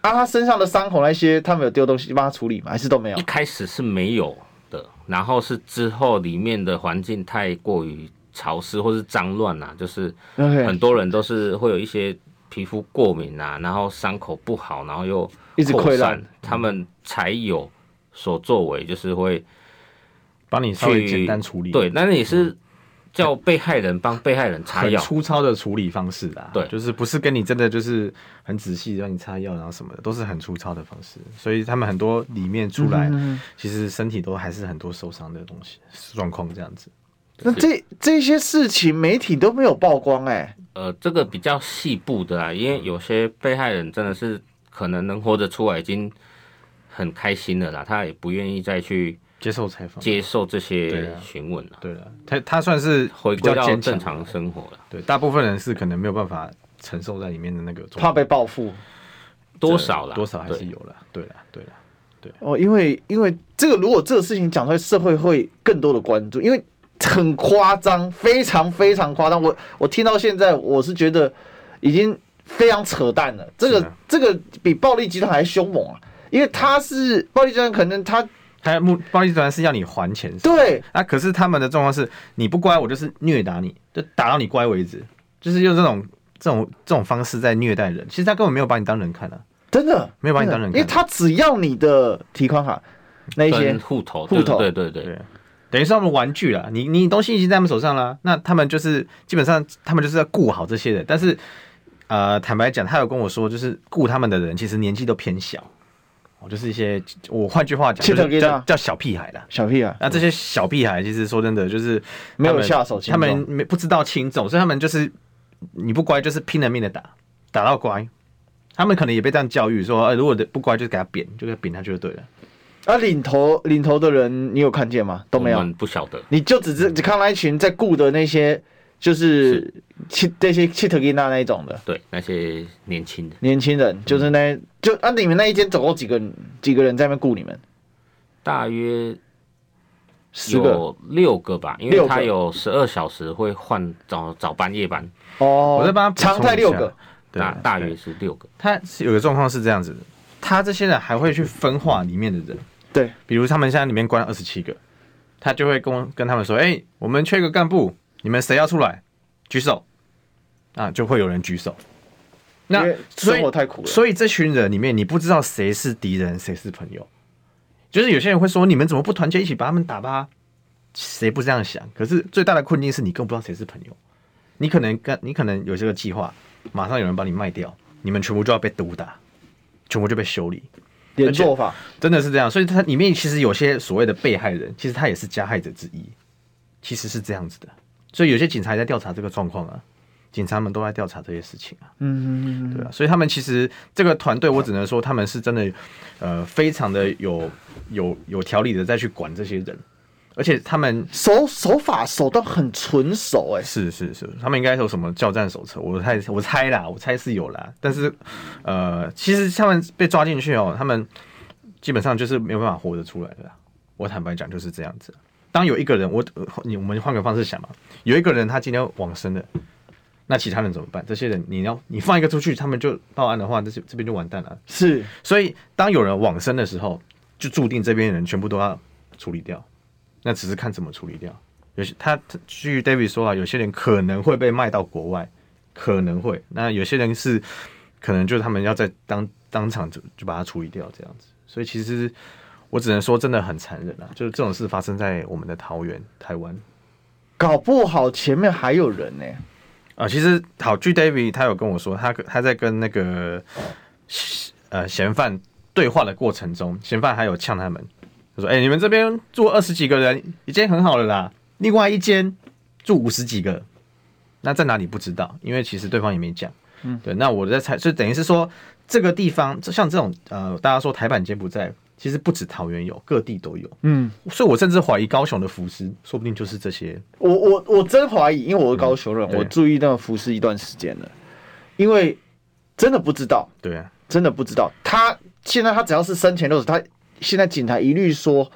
Speaker 1: 啊，他身上的伤口那些，他们有丢东西帮他处理吗？还是都没有
Speaker 3: 一？开始是没有的，然后是之后里面的环境太过于潮湿或是脏乱啊，就是很
Speaker 1: OK，
Speaker 3: 多人都是会有一些皮肤过敏啊，然后伤口不好，然后又
Speaker 1: 一直
Speaker 3: 扩
Speaker 1: 溃
Speaker 3: 散
Speaker 1: 烂，
Speaker 3: 他们才有所作为，就是会
Speaker 2: 帮你稍微
Speaker 3: 去
Speaker 2: 简单处理，
Speaker 3: 对，，但是也是叫被害人帮被害人擦
Speaker 2: 很
Speaker 3: 药，
Speaker 2: 粗糙的处理方式啊，
Speaker 3: 对
Speaker 2: 就是不是跟你真的就是很仔细让你擦药然后什么的，都是很粗糙的方式，所以他们很多里面出来，其实身体都还是很多受伤的东西状况这样子。
Speaker 1: 那这这些事情媒体都没有曝光哎、
Speaker 3: 呃，这个比较细部的啊，因为有些被害人真的是可能能活着出来已经很开心了啦，他也不愿意再去
Speaker 2: 接受采访，
Speaker 3: 接受
Speaker 2: 对
Speaker 3: 这些
Speaker 2: 啊
Speaker 3: 询问了，
Speaker 2: 对了，他他算是
Speaker 3: 回
Speaker 2: 比
Speaker 3: 归
Speaker 2: 较
Speaker 3: 到
Speaker 2: 坚强
Speaker 3: 正常生活了，
Speaker 2: 对，大部分人是可能没有办法承受在里面的那个状
Speaker 1: 怕
Speaker 2: 况，
Speaker 1: 被报复
Speaker 3: 多少啦，
Speaker 2: 多少还
Speaker 3: 对
Speaker 2: 是有了，对了，对了，
Speaker 1: 哦，因为因为这个，如果这个事情讲出来，社会会更多的关注，因为很夸张，非常非常夸张。我我听到现在，我是觉得已经非常扯淡了。这个、
Speaker 2: 是啊
Speaker 1: 这个比暴力集团还凶猛啊！因为他是暴力集团，可能他
Speaker 2: 还有目暴力集团是要你还钱，是吧
Speaker 1: 对
Speaker 2: 啊，可是他们的状况是你不乖，我就是虐打你，就打到你乖为止，就是用这种这种这种方式在虐待人。其实他根本没有把你当人看啊，
Speaker 1: 真的
Speaker 2: 没有把你
Speaker 1: 真的
Speaker 2: 当人看
Speaker 1: 因为他只要你的提款卡那一些
Speaker 3: 跟，户头，
Speaker 1: 户
Speaker 3: 对
Speaker 1: 头
Speaker 3: 对对对
Speaker 2: 对，等于是他们玩具啦。你你东西已经在他们手上啦，那他们就是基本上他们就是要顾好这些人，但是呃，坦白讲，他有跟我说，就是雇他们的人其实年纪都偏小，哦，就是一些我换句话讲，
Speaker 1: 切头
Speaker 2: 就是
Speaker 1: 给他
Speaker 2: 叫叫小屁孩啦。
Speaker 1: 小屁啊，
Speaker 2: 那这些小屁孩，其实说真的，就是
Speaker 1: 没有
Speaker 2: 他们
Speaker 1: 下手轻
Speaker 2: 他们
Speaker 1: 重
Speaker 2: 没不知道轻重，所以他们就是你不乖，就是拼了命的打，打到乖。他们可能也被这样教育，说，呃，如果不乖，就是给他扁，就给他扁他就对了。
Speaker 1: 啊，领头领头的人你有看见吗？都没
Speaker 3: 我
Speaker 1: 有
Speaker 3: 们，不晓得。
Speaker 1: 你就只是只看那一群在雇的那些，就是切这些切特吉娜那一种的
Speaker 3: 对，那些年轻的
Speaker 1: 年轻
Speaker 2: 嗯
Speaker 1: 人，就是那就啊，你们那一间总共几个几个人在那边雇你们？
Speaker 3: 大约
Speaker 1: 十个
Speaker 3: 有六个吧，因
Speaker 1: 六
Speaker 3: 为
Speaker 1: 个
Speaker 3: 他有十二小时会换早早班夜班，
Speaker 1: 哦，
Speaker 2: 我再帮他补充
Speaker 1: 常态
Speaker 2: 一
Speaker 1: 六
Speaker 2: 下
Speaker 1: 个，
Speaker 2: 对
Speaker 3: 大大约是六个。
Speaker 2: 他是有个状况是这样子的，他这些人还会去分化里面的人，
Speaker 1: 对，
Speaker 2: 比如他们现在里面关了二十七个，他就会跟我跟他们说，哎、我们缺一个干部，你们谁要出来举手啊，就会有人举手。那
Speaker 1: 因为
Speaker 2: 所以
Speaker 1: 生活太苦了
Speaker 2: 所以这群人里面，你不知道谁是敌人，谁是朋友。就是有些人会说，你们怎么不团结一起把他们打趴？谁不这样想？可是最大的困境是你更不知道谁是朋友。你可能跟你可能有这个计划，马上有人把你卖掉，你们全部就要被毒打，全部就被修理，
Speaker 1: 连做法
Speaker 2: 真的是这样。所以它里面其实有些所谓的被害人，其实他也是加害者之一，其实是这样子的。所以有些警察也在调查这个状况啊，警察们都在调查这些事情啊，嗯，对啊。所以他们其实这个团队，我只能说他们是真的，呃，非常的有有有条理的再去管这些人，而且他们
Speaker 1: 手手法手段很纯熟哎、
Speaker 2: 是是是，他们应该有什么教战手册？我猜我猜啦，我猜是有啦。但是，呃，其实他们被抓进去哦，他们基本上就是没有办法活得出来的啦。我坦白讲就是这样子。当有一个人，我呃你我们换个方式想嘛，有一个人他今天往生了，那其他人怎么办？这些人你要你放一个出去，他们就报案的话，这些这边就完蛋了。
Speaker 1: 是
Speaker 2: 所以当有人往生的时候，就注定这边人全部都要处理掉，那只是看怎么处理掉。有些他他据 David 说啊，有些人可能会被卖到国外，可能会。那有些人是可能就他们要在当当场就就把它处理掉这样子。所以其实我只能说真的很残忍啊，就是这种事发生在我们的桃园、台湾
Speaker 1: 搞不好前面还有人呢、
Speaker 2: 啊、其实好，据 David 他有跟我说，他跟他在跟那个呃嫌犯对话的过程中，嫌犯还有呛他们，他说：“哎、你们这边住二十几个人，已经很好了啦，另外一间住五十几个，那在哪里不知道？因为其实对方也没讲。”嗯，对，那我在猜，所以等于是说，这个地方就像这种呃，大家说台版柬埔寨，其实不止桃园有，各地都有。
Speaker 1: 嗯，
Speaker 2: 所以我甚至怀疑高雄的浮尸，说不定就是这些
Speaker 1: 我我我真怀疑，因为我是高雄人，
Speaker 2: 嗯对
Speaker 1: 我注意那个服饰一段时间了，因为真的不知道，
Speaker 2: 对啊，
Speaker 1: 真的不知道。他现在他只要是生前都是，他现在警察一律说，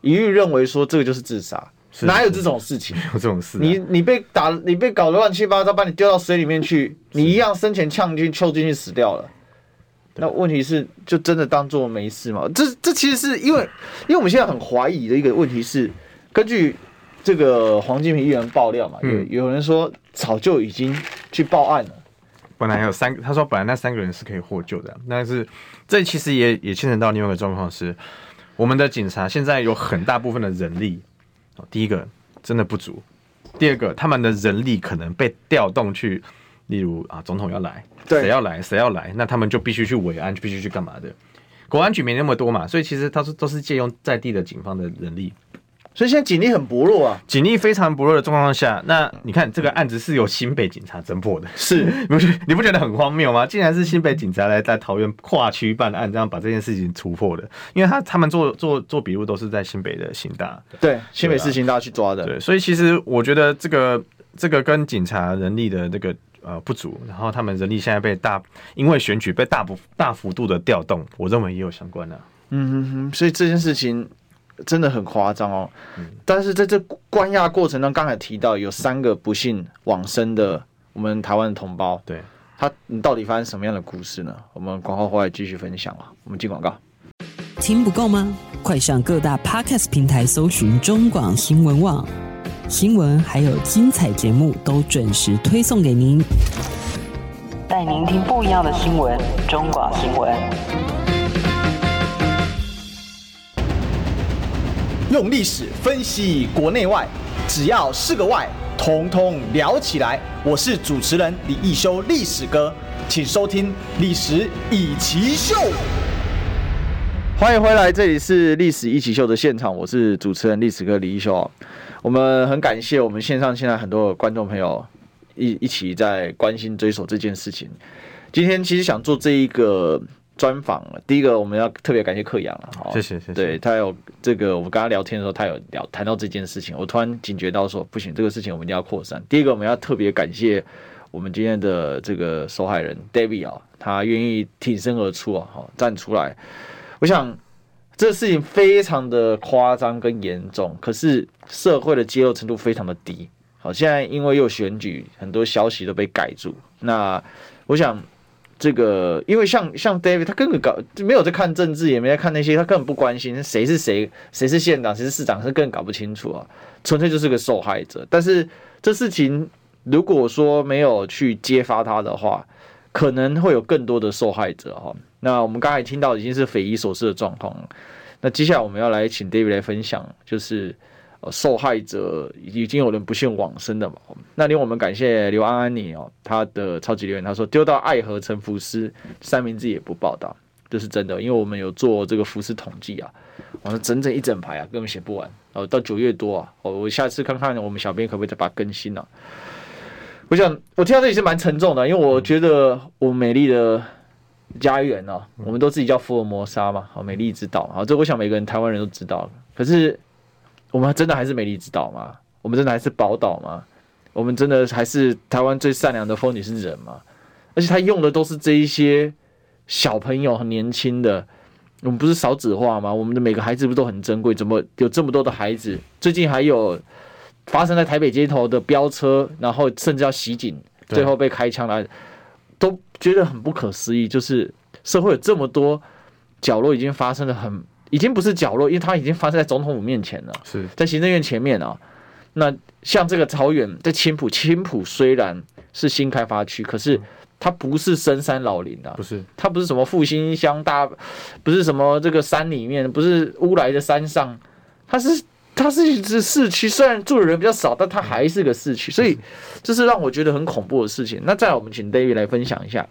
Speaker 1: 一律认为说这个就是自杀，
Speaker 2: 是
Speaker 1: 哪有这种事情？
Speaker 2: 有这种事啊、
Speaker 1: 你你被打，你被搞得乱七八糟，把你丢到水里面去，你一样生前呛进去、抽进去死掉了。那问题是，就真的当做没事吗？这这其实是因为，因为我们现在很怀疑的一个问题是，根据这个黄金平议员爆料嘛，有
Speaker 2: 嗯
Speaker 1: 有人说早就已经去报案了，
Speaker 2: 本来还有三个，他说本来那三个人是可以获救的，但是这其实也也牵扯到另外一个状况是，我们的警察现在有很大部分的人力，哦第一个真的不足，第二个他们的人力可能被调动去，例如啊总统要来，
Speaker 1: 对
Speaker 2: 谁要来谁要来，那他们就必须去维安，就必须去干嘛的。国安局没那么多嘛，所以其实他说都是借用在地的警方的人力，
Speaker 1: 所以现在警力很薄弱啊。
Speaker 2: 警力非常薄弱的状况下，那你看这个案子是由新北警察侦破的，
Speaker 1: 是
Speaker 2: 你不觉得 你不觉得很荒谬吗？竟然是新北警察来在桃园跨区办案，这样把这件事情突破的，因为他他们做做做笔录都是在新北的刑大，
Speaker 1: 对，新北市刑大去抓的，
Speaker 2: 对，所以其实我觉得这个这个跟警察人力的这个呃不足，然后他们人力现在被大因为选举被大幅大幅度的调动，我认为也有相关啊的、
Speaker 1: 嗯，所以这件事情真的很夸张哦。但是在这关押过程中，刚才提到有三个不幸往生的我们台湾的同胞，
Speaker 2: 对，
Speaker 1: 他你到底发生什么样的故事呢？我们广告回来继续分享啊。我们进广告。
Speaker 5: 听不够吗？快上各大 podcast 平台搜寻中广新闻网，新闻还有精彩节目都准时推送给您。
Speaker 7: 带您听不一样的新闻，中广新闻。
Speaker 6: 用历史分析国内外，只要是个“外”，统统聊起来。我是主持人李易修，历史哥，请收听《历史以奇秀》。
Speaker 1: 欢迎回来，这里是《历史一起秀》的现场，我是主持人历史哥李一修哦。我们很感谢我们线上现在很多的观众朋友一一起在关心追索这件事情。今天其实想做这一个专访，第一个我们要特别感谢克阳了，好
Speaker 2: 谢谢谢谢
Speaker 1: 对他有这个，我们跟他聊天的时候，他有聊谈到这件事情，我突然警觉到说，不行，这个事情我们一定要扩散。第一个我们要特别感谢我们今天的这个受害人 David 啊、他愿意挺身而出啊，好站出来。我想这事情非常的夸张跟严重，可是社会的接受程度非常的低。好，现在因为又有选举，很多消息都被盖住。那我想这个，因为像像 David，他根本搞没有在看政治，也没在看那些，他根本不关心谁是谁，谁是县长，谁是市长，他根本搞不清楚啊，纯粹就是个受害者。但是这事情如果说没有去揭发他的话，可能会有更多的受害者哈。那我们刚才听到已经是匪夷所思的状况了。那接下来我们要来请 David 来分享，就是呃受害者已经有人不幸往生的嘛。那另外我们感谢刘安安妮哦，她的超级留言，她说丢到爱河城浮尸，三明治也不报道，这是真的，因为我们有做这个浮尸统计啊，我了整整一整排啊，根本写不完哦，到九月多啊，哦，我下次看看我们小编可不可以再把它更新啊。我想我听到这里是蛮沉重的，因为我觉得我美丽的家园哦，我们都自己叫福尔摩沙嘛，好美丽之岛，好这我想每个人台湾人都知道。可是我们真的还是美丽之岛吗？我们真的还是宝岛吗？我们真的还是台湾最善良的风景是人吗？而且他用的都是这一些小朋友很年轻的，我们不是少子化吗？我们的每个孩子不都很珍贵？怎么有这么多的孩子？最近还有发生在台北街头的飙车，然后甚至要袭警，
Speaker 2: 对
Speaker 1: 最后被开枪来，都觉得很不可思议。就是社会有这么多角落已经发生了很，已经不是角落，因为它已经发生在总统府面前了。
Speaker 2: 是
Speaker 1: 在行政院前面啊。那像这个桃园在青浦，青浦虽然是新开发区，可是它不是深山老林啊
Speaker 2: 不，是？
Speaker 1: 它不是什么复兴乡大，不是什么这个山里面，不是乌来的山上，它是它是一只市区，虽然住的人比较少，但它还是个市区，所以这是让我觉得很恐怖的事情。那再来，我们请 David 来分享一下，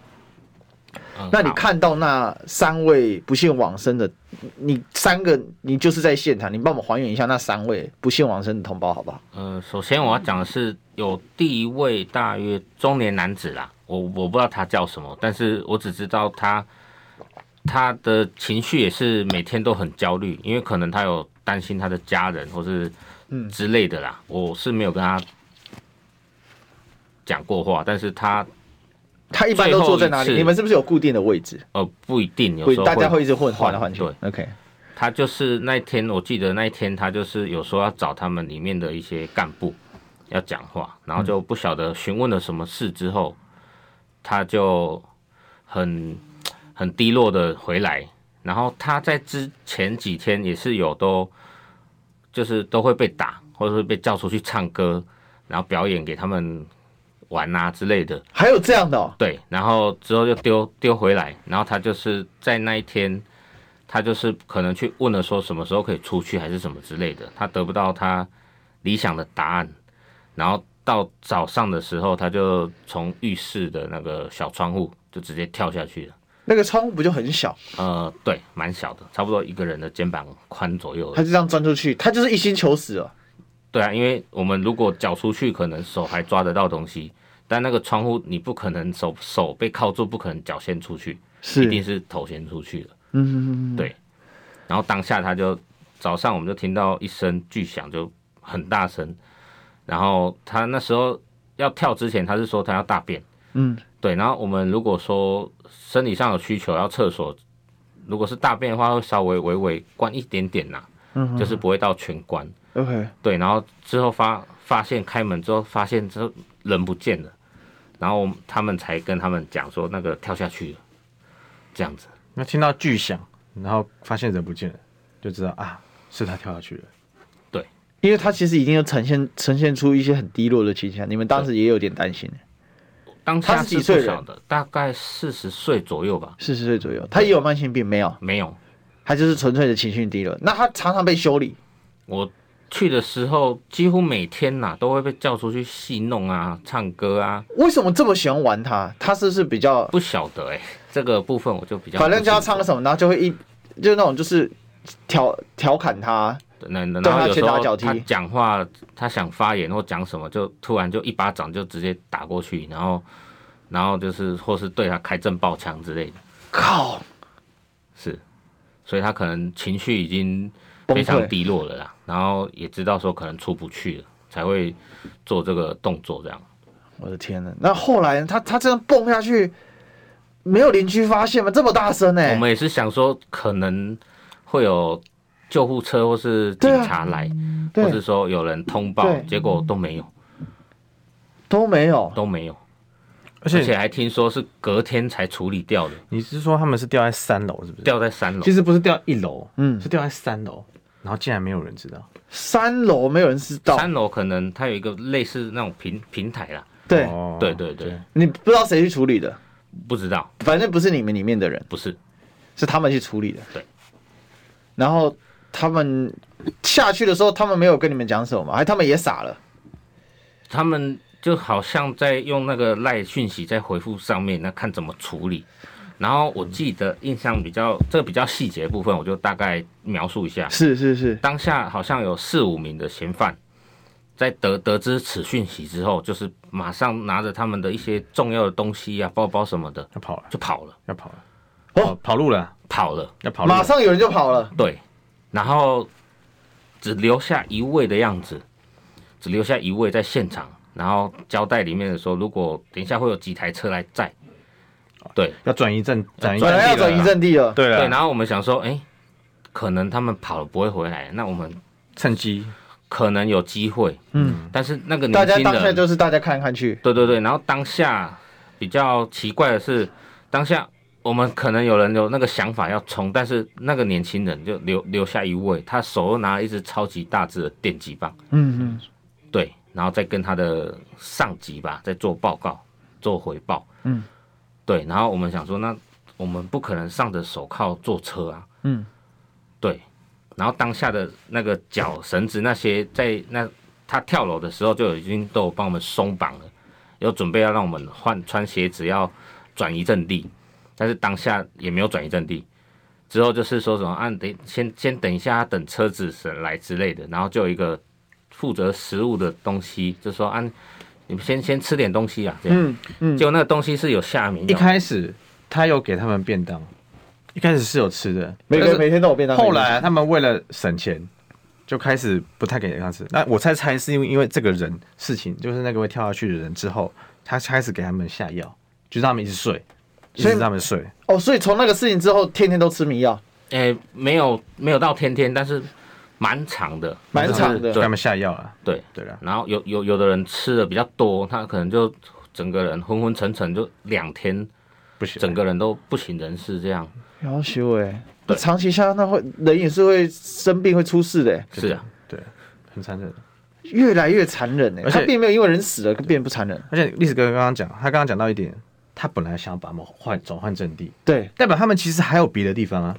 Speaker 3: 嗯
Speaker 1: 那你
Speaker 3: 好
Speaker 1: 看到那三位不幸往生的，你三个，你就是在现场，你帮我们还原一下那三位不幸往生的同胞，好不好？
Speaker 3: 呃，首先我要讲的是，有第一位大约中年男子啦，我我不知道他叫什么，但是我只知道他他的情绪也是每天都很焦虑，因为可能他有担心他的家人或是
Speaker 1: 嗯
Speaker 3: 之类的啦。我是没有跟他讲过话，但是他
Speaker 1: 他一般都坐在哪
Speaker 3: 最
Speaker 1: 里？
Speaker 3: 后一次
Speaker 1: 你们是不是有固定的位置？
Speaker 3: 呃不一定，有
Speaker 1: 会
Speaker 3: 时候
Speaker 1: 大家会一直混换
Speaker 3: 换
Speaker 1: 来换去。
Speaker 3: 对
Speaker 1: OK，
Speaker 3: 他就是那一天，我记得那一天他就是有说要找他们里面的一些干部要讲话，然后就
Speaker 1: 嗯
Speaker 3: 不晓得询问了什么事之后，他就很很低落的回来。然后他在之前几天也是有都就是都会被打，或者是被叫出去唱歌，然后表演给他们玩啊之类的。
Speaker 1: 还有这样的、哦，
Speaker 3: 对，然后之后就丢丢回来，然后他就是在那一天，他就是可能去问了说什么时候可以出去还是什么之类的，他得不到他理想的答案，然后到早上的时候，他就从浴室的那个小窗户就直接跳下去了。
Speaker 1: 那个窗户不就很小？
Speaker 3: 呃，对，蛮小的，差不多一个人的肩膀宽左右而已。
Speaker 1: 他就这样钻出去，他就是一心求死哦。
Speaker 3: 对啊，因为我们如果脚出去，可能手还抓得到东西，但那个窗户你不可能手手被铐住，不可能脚先出去，
Speaker 1: 是
Speaker 3: 一定是头先出去了。
Speaker 1: 嗯，
Speaker 3: 对，然后当下他就早上我们就听到一声巨响，就很大声。然后他那时候要跳之前，他是说他要大便。
Speaker 1: 嗯，
Speaker 3: 对。然后我们如果说生理上有需求要厕所，如果是大便的话，会稍微微微关一点点呐、
Speaker 1: 嗯
Speaker 3: 就是不会到全关。
Speaker 1: OK，
Speaker 3: 对，然后之后发发现开门之后，发现之后人不见了，然后他们才跟他们讲说那个跳下去了，这样子。
Speaker 2: 那听到巨响，然后发现人不见了，就知道啊，是他跳下去了。
Speaker 1: 因为他其实已经有呈现呈现出一些很低落的倾向，你们当时也有点担心，
Speaker 3: 当下
Speaker 1: 他是
Speaker 3: 是
Speaker 1: 几
Speaker 3: 不
Speaker 1: 岁人
Speaker 3: 小的，大概四十岁左右吧。
Speaker 1: 四十岁左右，他也有慢性病没有？
Speaker 3: 没有，
Speaker 1: 他就是纯粹的情绪低落。那他常常被修理，
Speaker 3: 我去的时候，几乎每天呐、都会被叫出去戏弄啊、唱歌啊，
Speaker 1: 为什么这么喜欢玩它？它是不是比较，
Speaker 3: 不晓得哎、这个部分我就比较
Speaker 1: 反正就要
Speaker 3: 不清楚
Speaker 1: 唱什么，然后就会一就那种就是调调侃它，
Speaker 3: 那那
Speaker 1: 对
Speaker 3: 然
Speaker 1: 他
Speaker 3: 后有
Speaker 1: 拳
Speaker 3: 时
Speaker 1: 打
Speaker 3: 候
Speaker 1: 脚踢
Speaker 3: 他讲话，他想发言或讲什么，就突然就一巴掌就直接打过去，然后然后就是或是对他开震爆枪之类的，
Speaker 1: 靠，
Speaker 3: 是，所以他可能情绪已经
Speaker 1: 崩
Speaker 3: 非常
Speaker 1: 溃
Speaker 3: 低落了啦，然后也知道说可能出不去了，才会做这个动作这样。
Speaker 1: 我的天呐！那后来它它这样蹦下去，没有邻居发现吗？这么大声呢、欸
Speaker 3: 我们也是想说，可能会有救护车或是警
Speaker 1: 对啊
Speaker 3: 察来，
Speaker 1: 对
Speaker 3: 或是说有人通报
Speaker 1: 对，
Speaker 3: 结果都没有，
Speaker 1: 都没有，
Speaker 3: 都没有，
Speaker 2: 而
Speaker 3: 而
Speaker 2: 且
Speaker 3: 且还听说是隔天才处理掉的。
Speaker 2: 你是说他们是掉在三楼是不是？
Speaker 3: 掉在三楼
Speaker 2: 其，实不是掉一楼，
Speaker 1: 嗯
Speaker 2: 嗯，是掉在三楼，然后竟然没有人知道。
Speaker 1: 三楼没有人知道，
Speaker 3: 三楼可能它有一个类似那种平平台啦，
Speaker 1: 对、
Speaker 2: 哦
Speaker 3: 对对对，
Speaker 1: 你不知道谁去处理的，
Speaker 3: 不知道，
Speaker 1: 反正不是你们里面的人，
Speaker 3: 不是
Speaker 1: 是他们去处理的。
Speaker 3: 对，
Speaker 1: 然后他们下去的时候，他们没有跟你们讲什么吗？还他们也傻了，
Speaker 3: 他们就好像在用那个赖讯息在回复上面，那看怎么处理。然后我记得印象比较这个比较细节的部分，我就大概描述一下。
Speaker 1: 是是是，
Speaker 3: 当下好像有四五名的嫌犯，在得得知此讯息之后，就是马上拿着他们的一些重要的东西啊、包包什么的
Speaker 2: 要跑了，
Speaker 3: 就跑了，
Speaker 2: 要跑了，
Speaker 1: 哦
Speaker 2: 跑跑路了，
Speaker 3: 跑了。
Speaker 2: 要跑路了，
Speaker 1: 马上有人就跑了，
Speaker 3: 对，然后只留下一位的样子，只留下一位在现场，然后交代里面的说，如果等一下会有几台车来载，对
Speaker 2: 要转移阵，转移
Speaker 1: 本
Speaker 2: 阵
Speaker 1: 来要
Speaker 2: 地了
Speaker 1: 转移阵地了。
Speaker 2: 对
Speaker 3: 对，
Speaker 2: 了，
Speaker 3: 然后我们想说，哎，可能他们跑了不会回来，那我们
Speaker 2: 趁机
Speaker 3: 可能有机会，
Speaker 1: 嗯，
Speaker 3: 但是那个
Speaker 1: 大
Speaker 3: 年
Speaker 1: 家
Speaker 3: 轻
Speaker 1: 当下
Speaker 3: 人，
Speaker 1: 就是大家看来看去，
Speaker 3: 对对对，然后当下比较奇怪的是，当下。我们可能有人有那个想法要冲，但是那个年轻人就留留下一位，他手又拿了一支超级大只的电击棒，
Speaker 1: 嗯嗯，
Speaker 3: 对，然后再跟他的上级吧，再做报告、做回报。
Speaker 1: 嗯，
Speaker 3: 对。然后我们想说，那我们不可能上着手铐坐车啊。
Speaker 1: 嗯，
Speaker 3: 对。然后当下的那个脚绳子那些，在那他跳楼的时候就已经都有帮我们松绑了，有准备要让我们换穿鞋子，要转移阵地，但是当下也没有转移阵地。之后就是说什么啊，等先先等一下，等车子来之类的，然后就有一个负责食物的东西，就说啊，你们先先吃点东西啊，这样。
Speaker 1: 嗯嗯
Speaker 3: 结果那个东西是有夏米
Speaker 2: 一
Speaker 3: 鸟，
Speaker 2: 开始他有给他们便当，一开始是有吃的，
Speaker 1: 每
Speaker 2: 但
Speaker 1: 个
Speaker 2: 是
Speaker 1: 每天都有便当。
Speaker 2: 后来啊他们为了省钱，就开始不太给他吃。那我猜猜是因为因为这个人事情，就是那个会跳下去的人之后，他开始给他们下药，就让他们一直睡，一直
Speaker 1: 所以
Speaker 2: 让他们睡。
Speaker 1: 哦，所以从那个事情之后，天天都吃迷药，
Speaker 3: 诶、哎没有没有到天天，但是蛮长的，
Speaker 1: 蛮长的
Speaker 3: 就是
Speaker 2: 给他
Speaker 3: 对
Speaker 2: 们下药了。
Speaker 3: 对。
Speaker 2: 对了，
Speaker 3: 然后有有有的人吃的比较多，他可能就整个人昏昏沉沉，就两天
Speaker 2: 不行，
Speaker 3: 整个人都不省人事，这样
Speaker 1: 要修哎，
Speaker 3: 对
Speaker 1: 长期下来那会人也是会生病会出事的欸，
Speaker 3: 是啊。
Speaker 2: 对，很残忍。
Speaker 1: 越来越残忍哎，
Speaker 2: 而且
Speaker 1: 他并没有因为人死了变不残忍，
Speaker 2: 而且历史哥刚刚讲，他刚刚讲到一点，他本来想要把他们换转换阵地，
Speaker 1: 对
Speaker 2: 代表他们其实还有别的地方啊。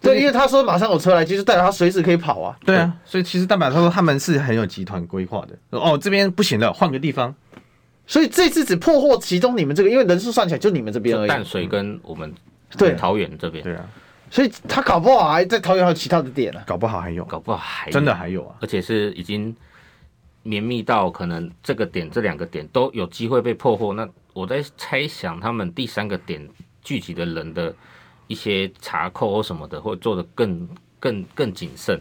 Speaker 1: 对，因为他说马上有车来，其实代表他随时可以跑啊，
Speaker 2: 对啊，所以其实代表他说他们是很有集团规划的。哦，这边不行了，换个地方。
Speaker 1: 所以这次只破获其中你们这个，因为人数算起来就你们这边而
Speaker 3: 就淡
Speaker 1: 已，
Speaker 3: 水跟我们
Speaker 1: 对
Speaker 3: 桃园这边，
Speaker 2: 对啊，
Speaker 1: 所以他搞不好还在桃园还有其他的点啊呢，
Speaker 2: 搞不好还有，
Speaker 3: 搞不好还有
Speaker 2: 真的还有啊。
Speaker 3: 而且是已经绵密到可能这个点、这两个点都有机会被破获。那我在猜想，他们第三个点聚集的人的一些查扣或什么的，会做得更、更、更谨慎，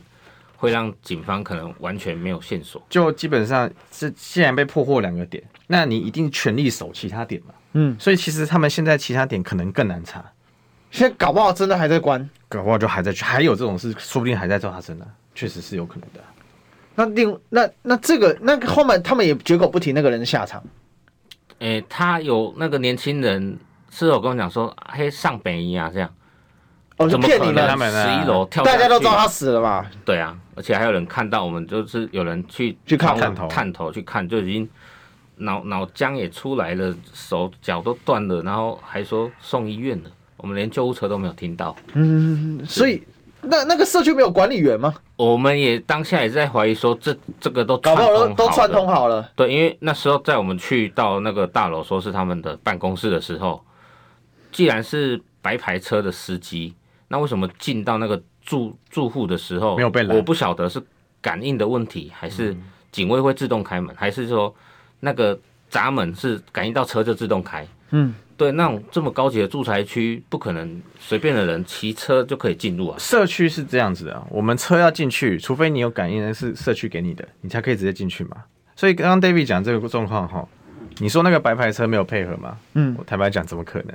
Speaker 3: 会让警方可能完全没有线索。
Speaker 2: 就基本上是既然被破获两个点，那你一定全力守其他点嘛。
Speaker 1: 嗯，
Speaker 2: 所以其实他们现在其他点可能更难查，
Speaker 1: 现在搞不好真的还在关。
Speaker 2: 搞不好就还在还有这种事，说不定还在发生呢、确实是有可能的啊。
Speaker 1: 那另那那这个那个后面他们也绝口不提那个人的下场，
Speaker 3: 诶、他有那个年轻人是有跟我讲说，嘿，上北一啊，这样
Speaker 1: 哦，就
Speaker 3: 怎么
Speaker 1: 骗
Speaker 3: 可
Speaker 1: 你
Speaker 3: 能？
Speaker 2: 他
Speaker 1: 们，
Speaker 2: 们啊
Speaker 3: 十一楼跳下
Speaker 1: 大
Speaker 3: 去，
Speaker 1: 家都知道他啊死了嘛，
Speaker 3: 对啊，而且还有人看到我们，就是有人去
Speaker 1: 去看
Speaker 3: 探
Speaker 2: 头
Speaker 3: 探头去看，就已经脑脑浆也出来了，手脚都断了，然后还说送医院了，我们连救护车都没有听到。
Speaker 1: 所以那那个社区没有管理员吗？
Speaker 3: 我们也当下也在怀疑说这这个都
Speaker 1: 搞不好都
Speaker 3: 通
Speaker 1: 都
Speaker 3: 好
Speaker 1: 串
Speaker 3: 的
Speaker 1: 通好了，
Speaker 3: 对，因为那时候在我们去到那个大楼，说是他们的办公室的时候，既然是白牌车的司机，那为什么进到那个住住户的时候
Speaker 2: 没有被拦嗯
Speaker 3: 我不晓得是感应的问题，还是警卫会自动开门，还是说那个闸门是感应到车就自动开？
Speaker 1: 嗯，
Speaker 3: 对，那种这么高级的住宅区，不可能随便的人骑车就可以进入啊。
Speaker 2: 社区是这样子的，我们车要进去，除非你有感应，那是社区给你的，你才可以直接进去嘛。所以刚刚 David 讲这个状况哈，你说那个白牌车没有配合吗？
Speaker 1: 嗯
Speaker 2: 我坦白讲，怎么可能？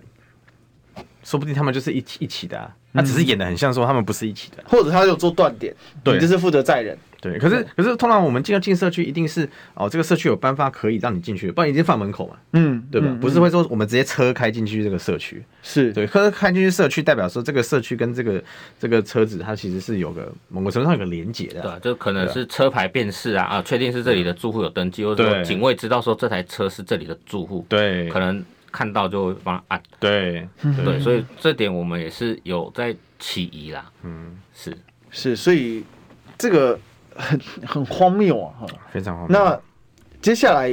Speaker 2: 说不定他们就是一起一起的、啊，
Speaker 1: 嗯
Speaker 2: 那、只是演的很像说他们不是一起的。啊
Speaker 1: 或者他有做断点，
Speaker 2: 对
Speaker 1: 你就是负责载人，
Speaker 2: 对，可是可是通常我们进到进社区，一定是哦，这个社区有颁发可以让你进去，不然已经放门口嘛，
Speaker 1: 嗯，
Speaker 2: 对吧？
Speaker 1: 嗯
Speaker 2: 不是会说我们直接车开进去这个社区，
Speaker 1: 是，
Speaker 2: 对，可是开进去社区代表说这个社区跟这个这个车子它其实是有个某个程度上有个连结的啊、
Speaker 3: 对啊，就可能是车牌辨识啊啊，确定是这里的住户有登记，或者
Speaker 2: 对
Speaker 3: 说警卫知道说这台车是这里的住户，
Speaker 2: 对
Speaker 3: 啊可能看到就会帮他按。
Speaker 2: 对
Speaker 3: 对，所以这点我们也是有在起疑啦。
Speaker 2: 嗯，
Speaker 3: 是，
Speaker 1: 是，所以这个很很荒谬啊。哈
Speaker 2: 非常好。
Speaker 1: 那接下来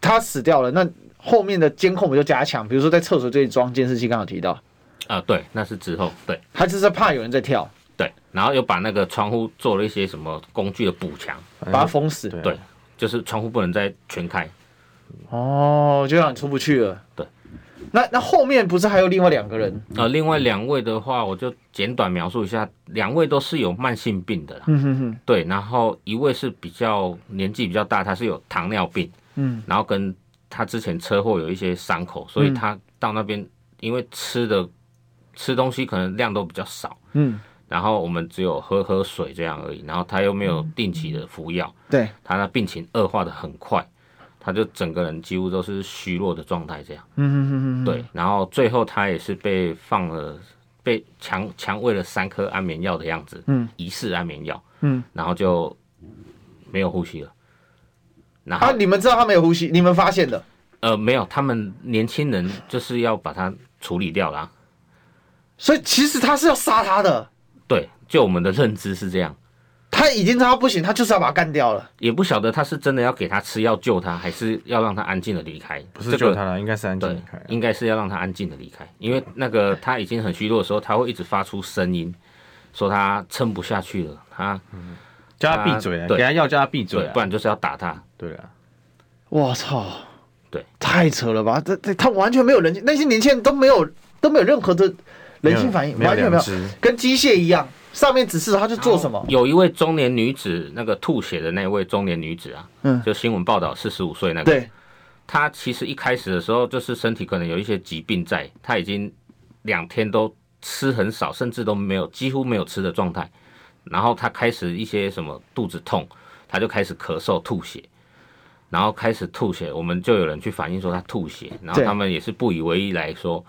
Speaker 1: 他死掉了，那后面的监控我们就加强，比如说在厕所这里装监视器，刚好提到，
Speaker 3: 啊，对，那是之后，对
Speaker 1: 他就是在怕有人在跳，
Speaker 3: 对，然后又把那个窗户做了一些什么工具的补强，
Speaker 2: 反正
Speaker 1: 把他封死。
Speaker 2: 对啊
Speaker 3: 对，就是窗户不能再全开。
Speaker 1: 哦，就让你出不去了。
Speaker 3: 对，
Speaker 1: 那那后面不是还有另外两个人？
Speaker 3: 呃，另外两位的话，我就简短描述一下，两位都是有慢性病的啦。
Speaker 1: 嗯哼哼，
Speaker 3: 对，然后一位是比较年纪比较大，他是有糖尿病，
Speaker 1: 嗯，
Speaker 3: 然后跟他之前车祸有一些伤口，所以他到那边因为吃的吃东西可能量都比较少，
Speaker 1: 嗯，
Speaker 3: 然后我们只有喝喝水这样而已，然后他又没有定期的服药，
Speaker 1: 对，
Speaker 3: 他那病情恶化的很快，他就整个人几乎都是虚弱的状态这样，
Speaker 1: 嗯哼哼哼，
Speaker 3: 对，然后最后他也是被放了。被强强喂了三颗安眠药的样子，
Speaker 1: 嗯，
Speaker 3: 疑似安眠药，
Speaker 1: 嗯。
Speaker 3: 然后就没有呼吸了。然后、
Speaker 1: 啊，你们知道他没有呼吸，你们发现的。
Speaker 3: 呃没有，他们年轻人就是要把它处理掉啦、
Speaker 1: 所以其实他是要杀他的，
Speaker 3: 对，就我们的认知是这样，
Speaker 1: 他已经知道他不行，他就是要把他干掉了。
Speaker 3: 也不晓得他是真的要给他吃药救他，还是要让他安静的离开。
Speaker 2: 不是救他了，应该是安
Speaker 3: 这个
Speaker 2: 静
Speaker 3: 对
Speaker 2: 离开啊。，
Speaker 3: 应该是要让他安静的离开，因为那个他已经很虚弱的时候，他会一直发出声音，说他撑不下去了，他
Speaker 2: 叫他闭嘴啊，
Speaker 3: 啊
Speaker 2: 给
Speaker 3: 对
Speaker 2: 他药叫他闭嘴
Speaker 3: 对，
Speaker 2: 啊
Speaker 3: 不。然就是要打他。
Speaker 2: 对啊，
Speaker 1: 我操！
Speaker 3: 对，
Speaker 1: 太扯了吧！这这他完全没有人性，那些年轻人都没有都没有任何的人性反应，
Speaker 2: 没有
Speaker 1: 完全没
Speaker 2: 良
Speaker 1: 有
Speaker 2: 知，
Speaker 1: 跟机械一样，上面指示他去做什么。
Speaker 3: 有一位中年女子，那个吐血的那位中年女子啊，
Speaker 1: 嗯
Speaker 3: 就新闻报道四十五岁那个，
Speaker 1: 对，
Speaker 3: 他其实一开始的时候就是身体可能有一些疾病在，他已经两天都吃很少，甚至都没有几乎没有吃的状态。然后他开始一些什么肚子痛，他就开始咳嗽吐血，然后开始吐血，我们就有人去反映说他吐血，然后
Speaker 1: 对
Speaker 3: 他们也是不以为意来说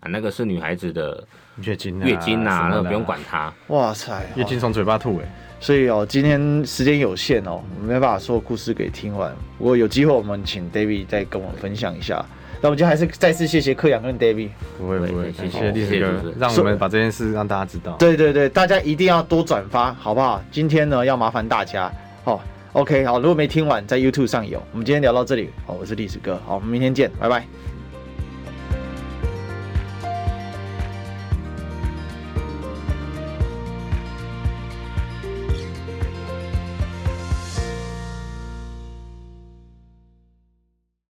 Speaker 3: 啊，那个是女孩子的
Speaker 2: 月经啊，
Speaker 3: 月经啊，
Speaker 2: 什么
Speaker 3: 那
Speaker 2: 的
Speaker 3: 个不用。管它。
Speaker 1: 哇塞！
Speaker 2: 月经从嘴巴吐哎，
Speaker 1: 所以哦，今天时间有限哦，我没办法说故事给听完。不过有机会我们请 David 再跟我们分享一下。那我们今天还是再次谢谢柯阳跟 David。
Speaker 2: 不会不会，
Speaker 3: 谢
Speaker 2: 感
Speaker 3: 谢
Speaker 2: 谢历
Speaker 3: 哦谢
Speaker 2: 史
Speaker 3: 谢
Speaker 2: 哥
Speaker 3: 主持人
Speaker 2: 让我们把这件事让大家知道。
Speaker 1: 对对对，大家一定要多转发，好不好？今天呢，要麻烦大家。好、o k 好，如果没听完，在 YouTube 上有。我们今天聊到这里，好，我是历史哥，好，我们明天见，拜拜。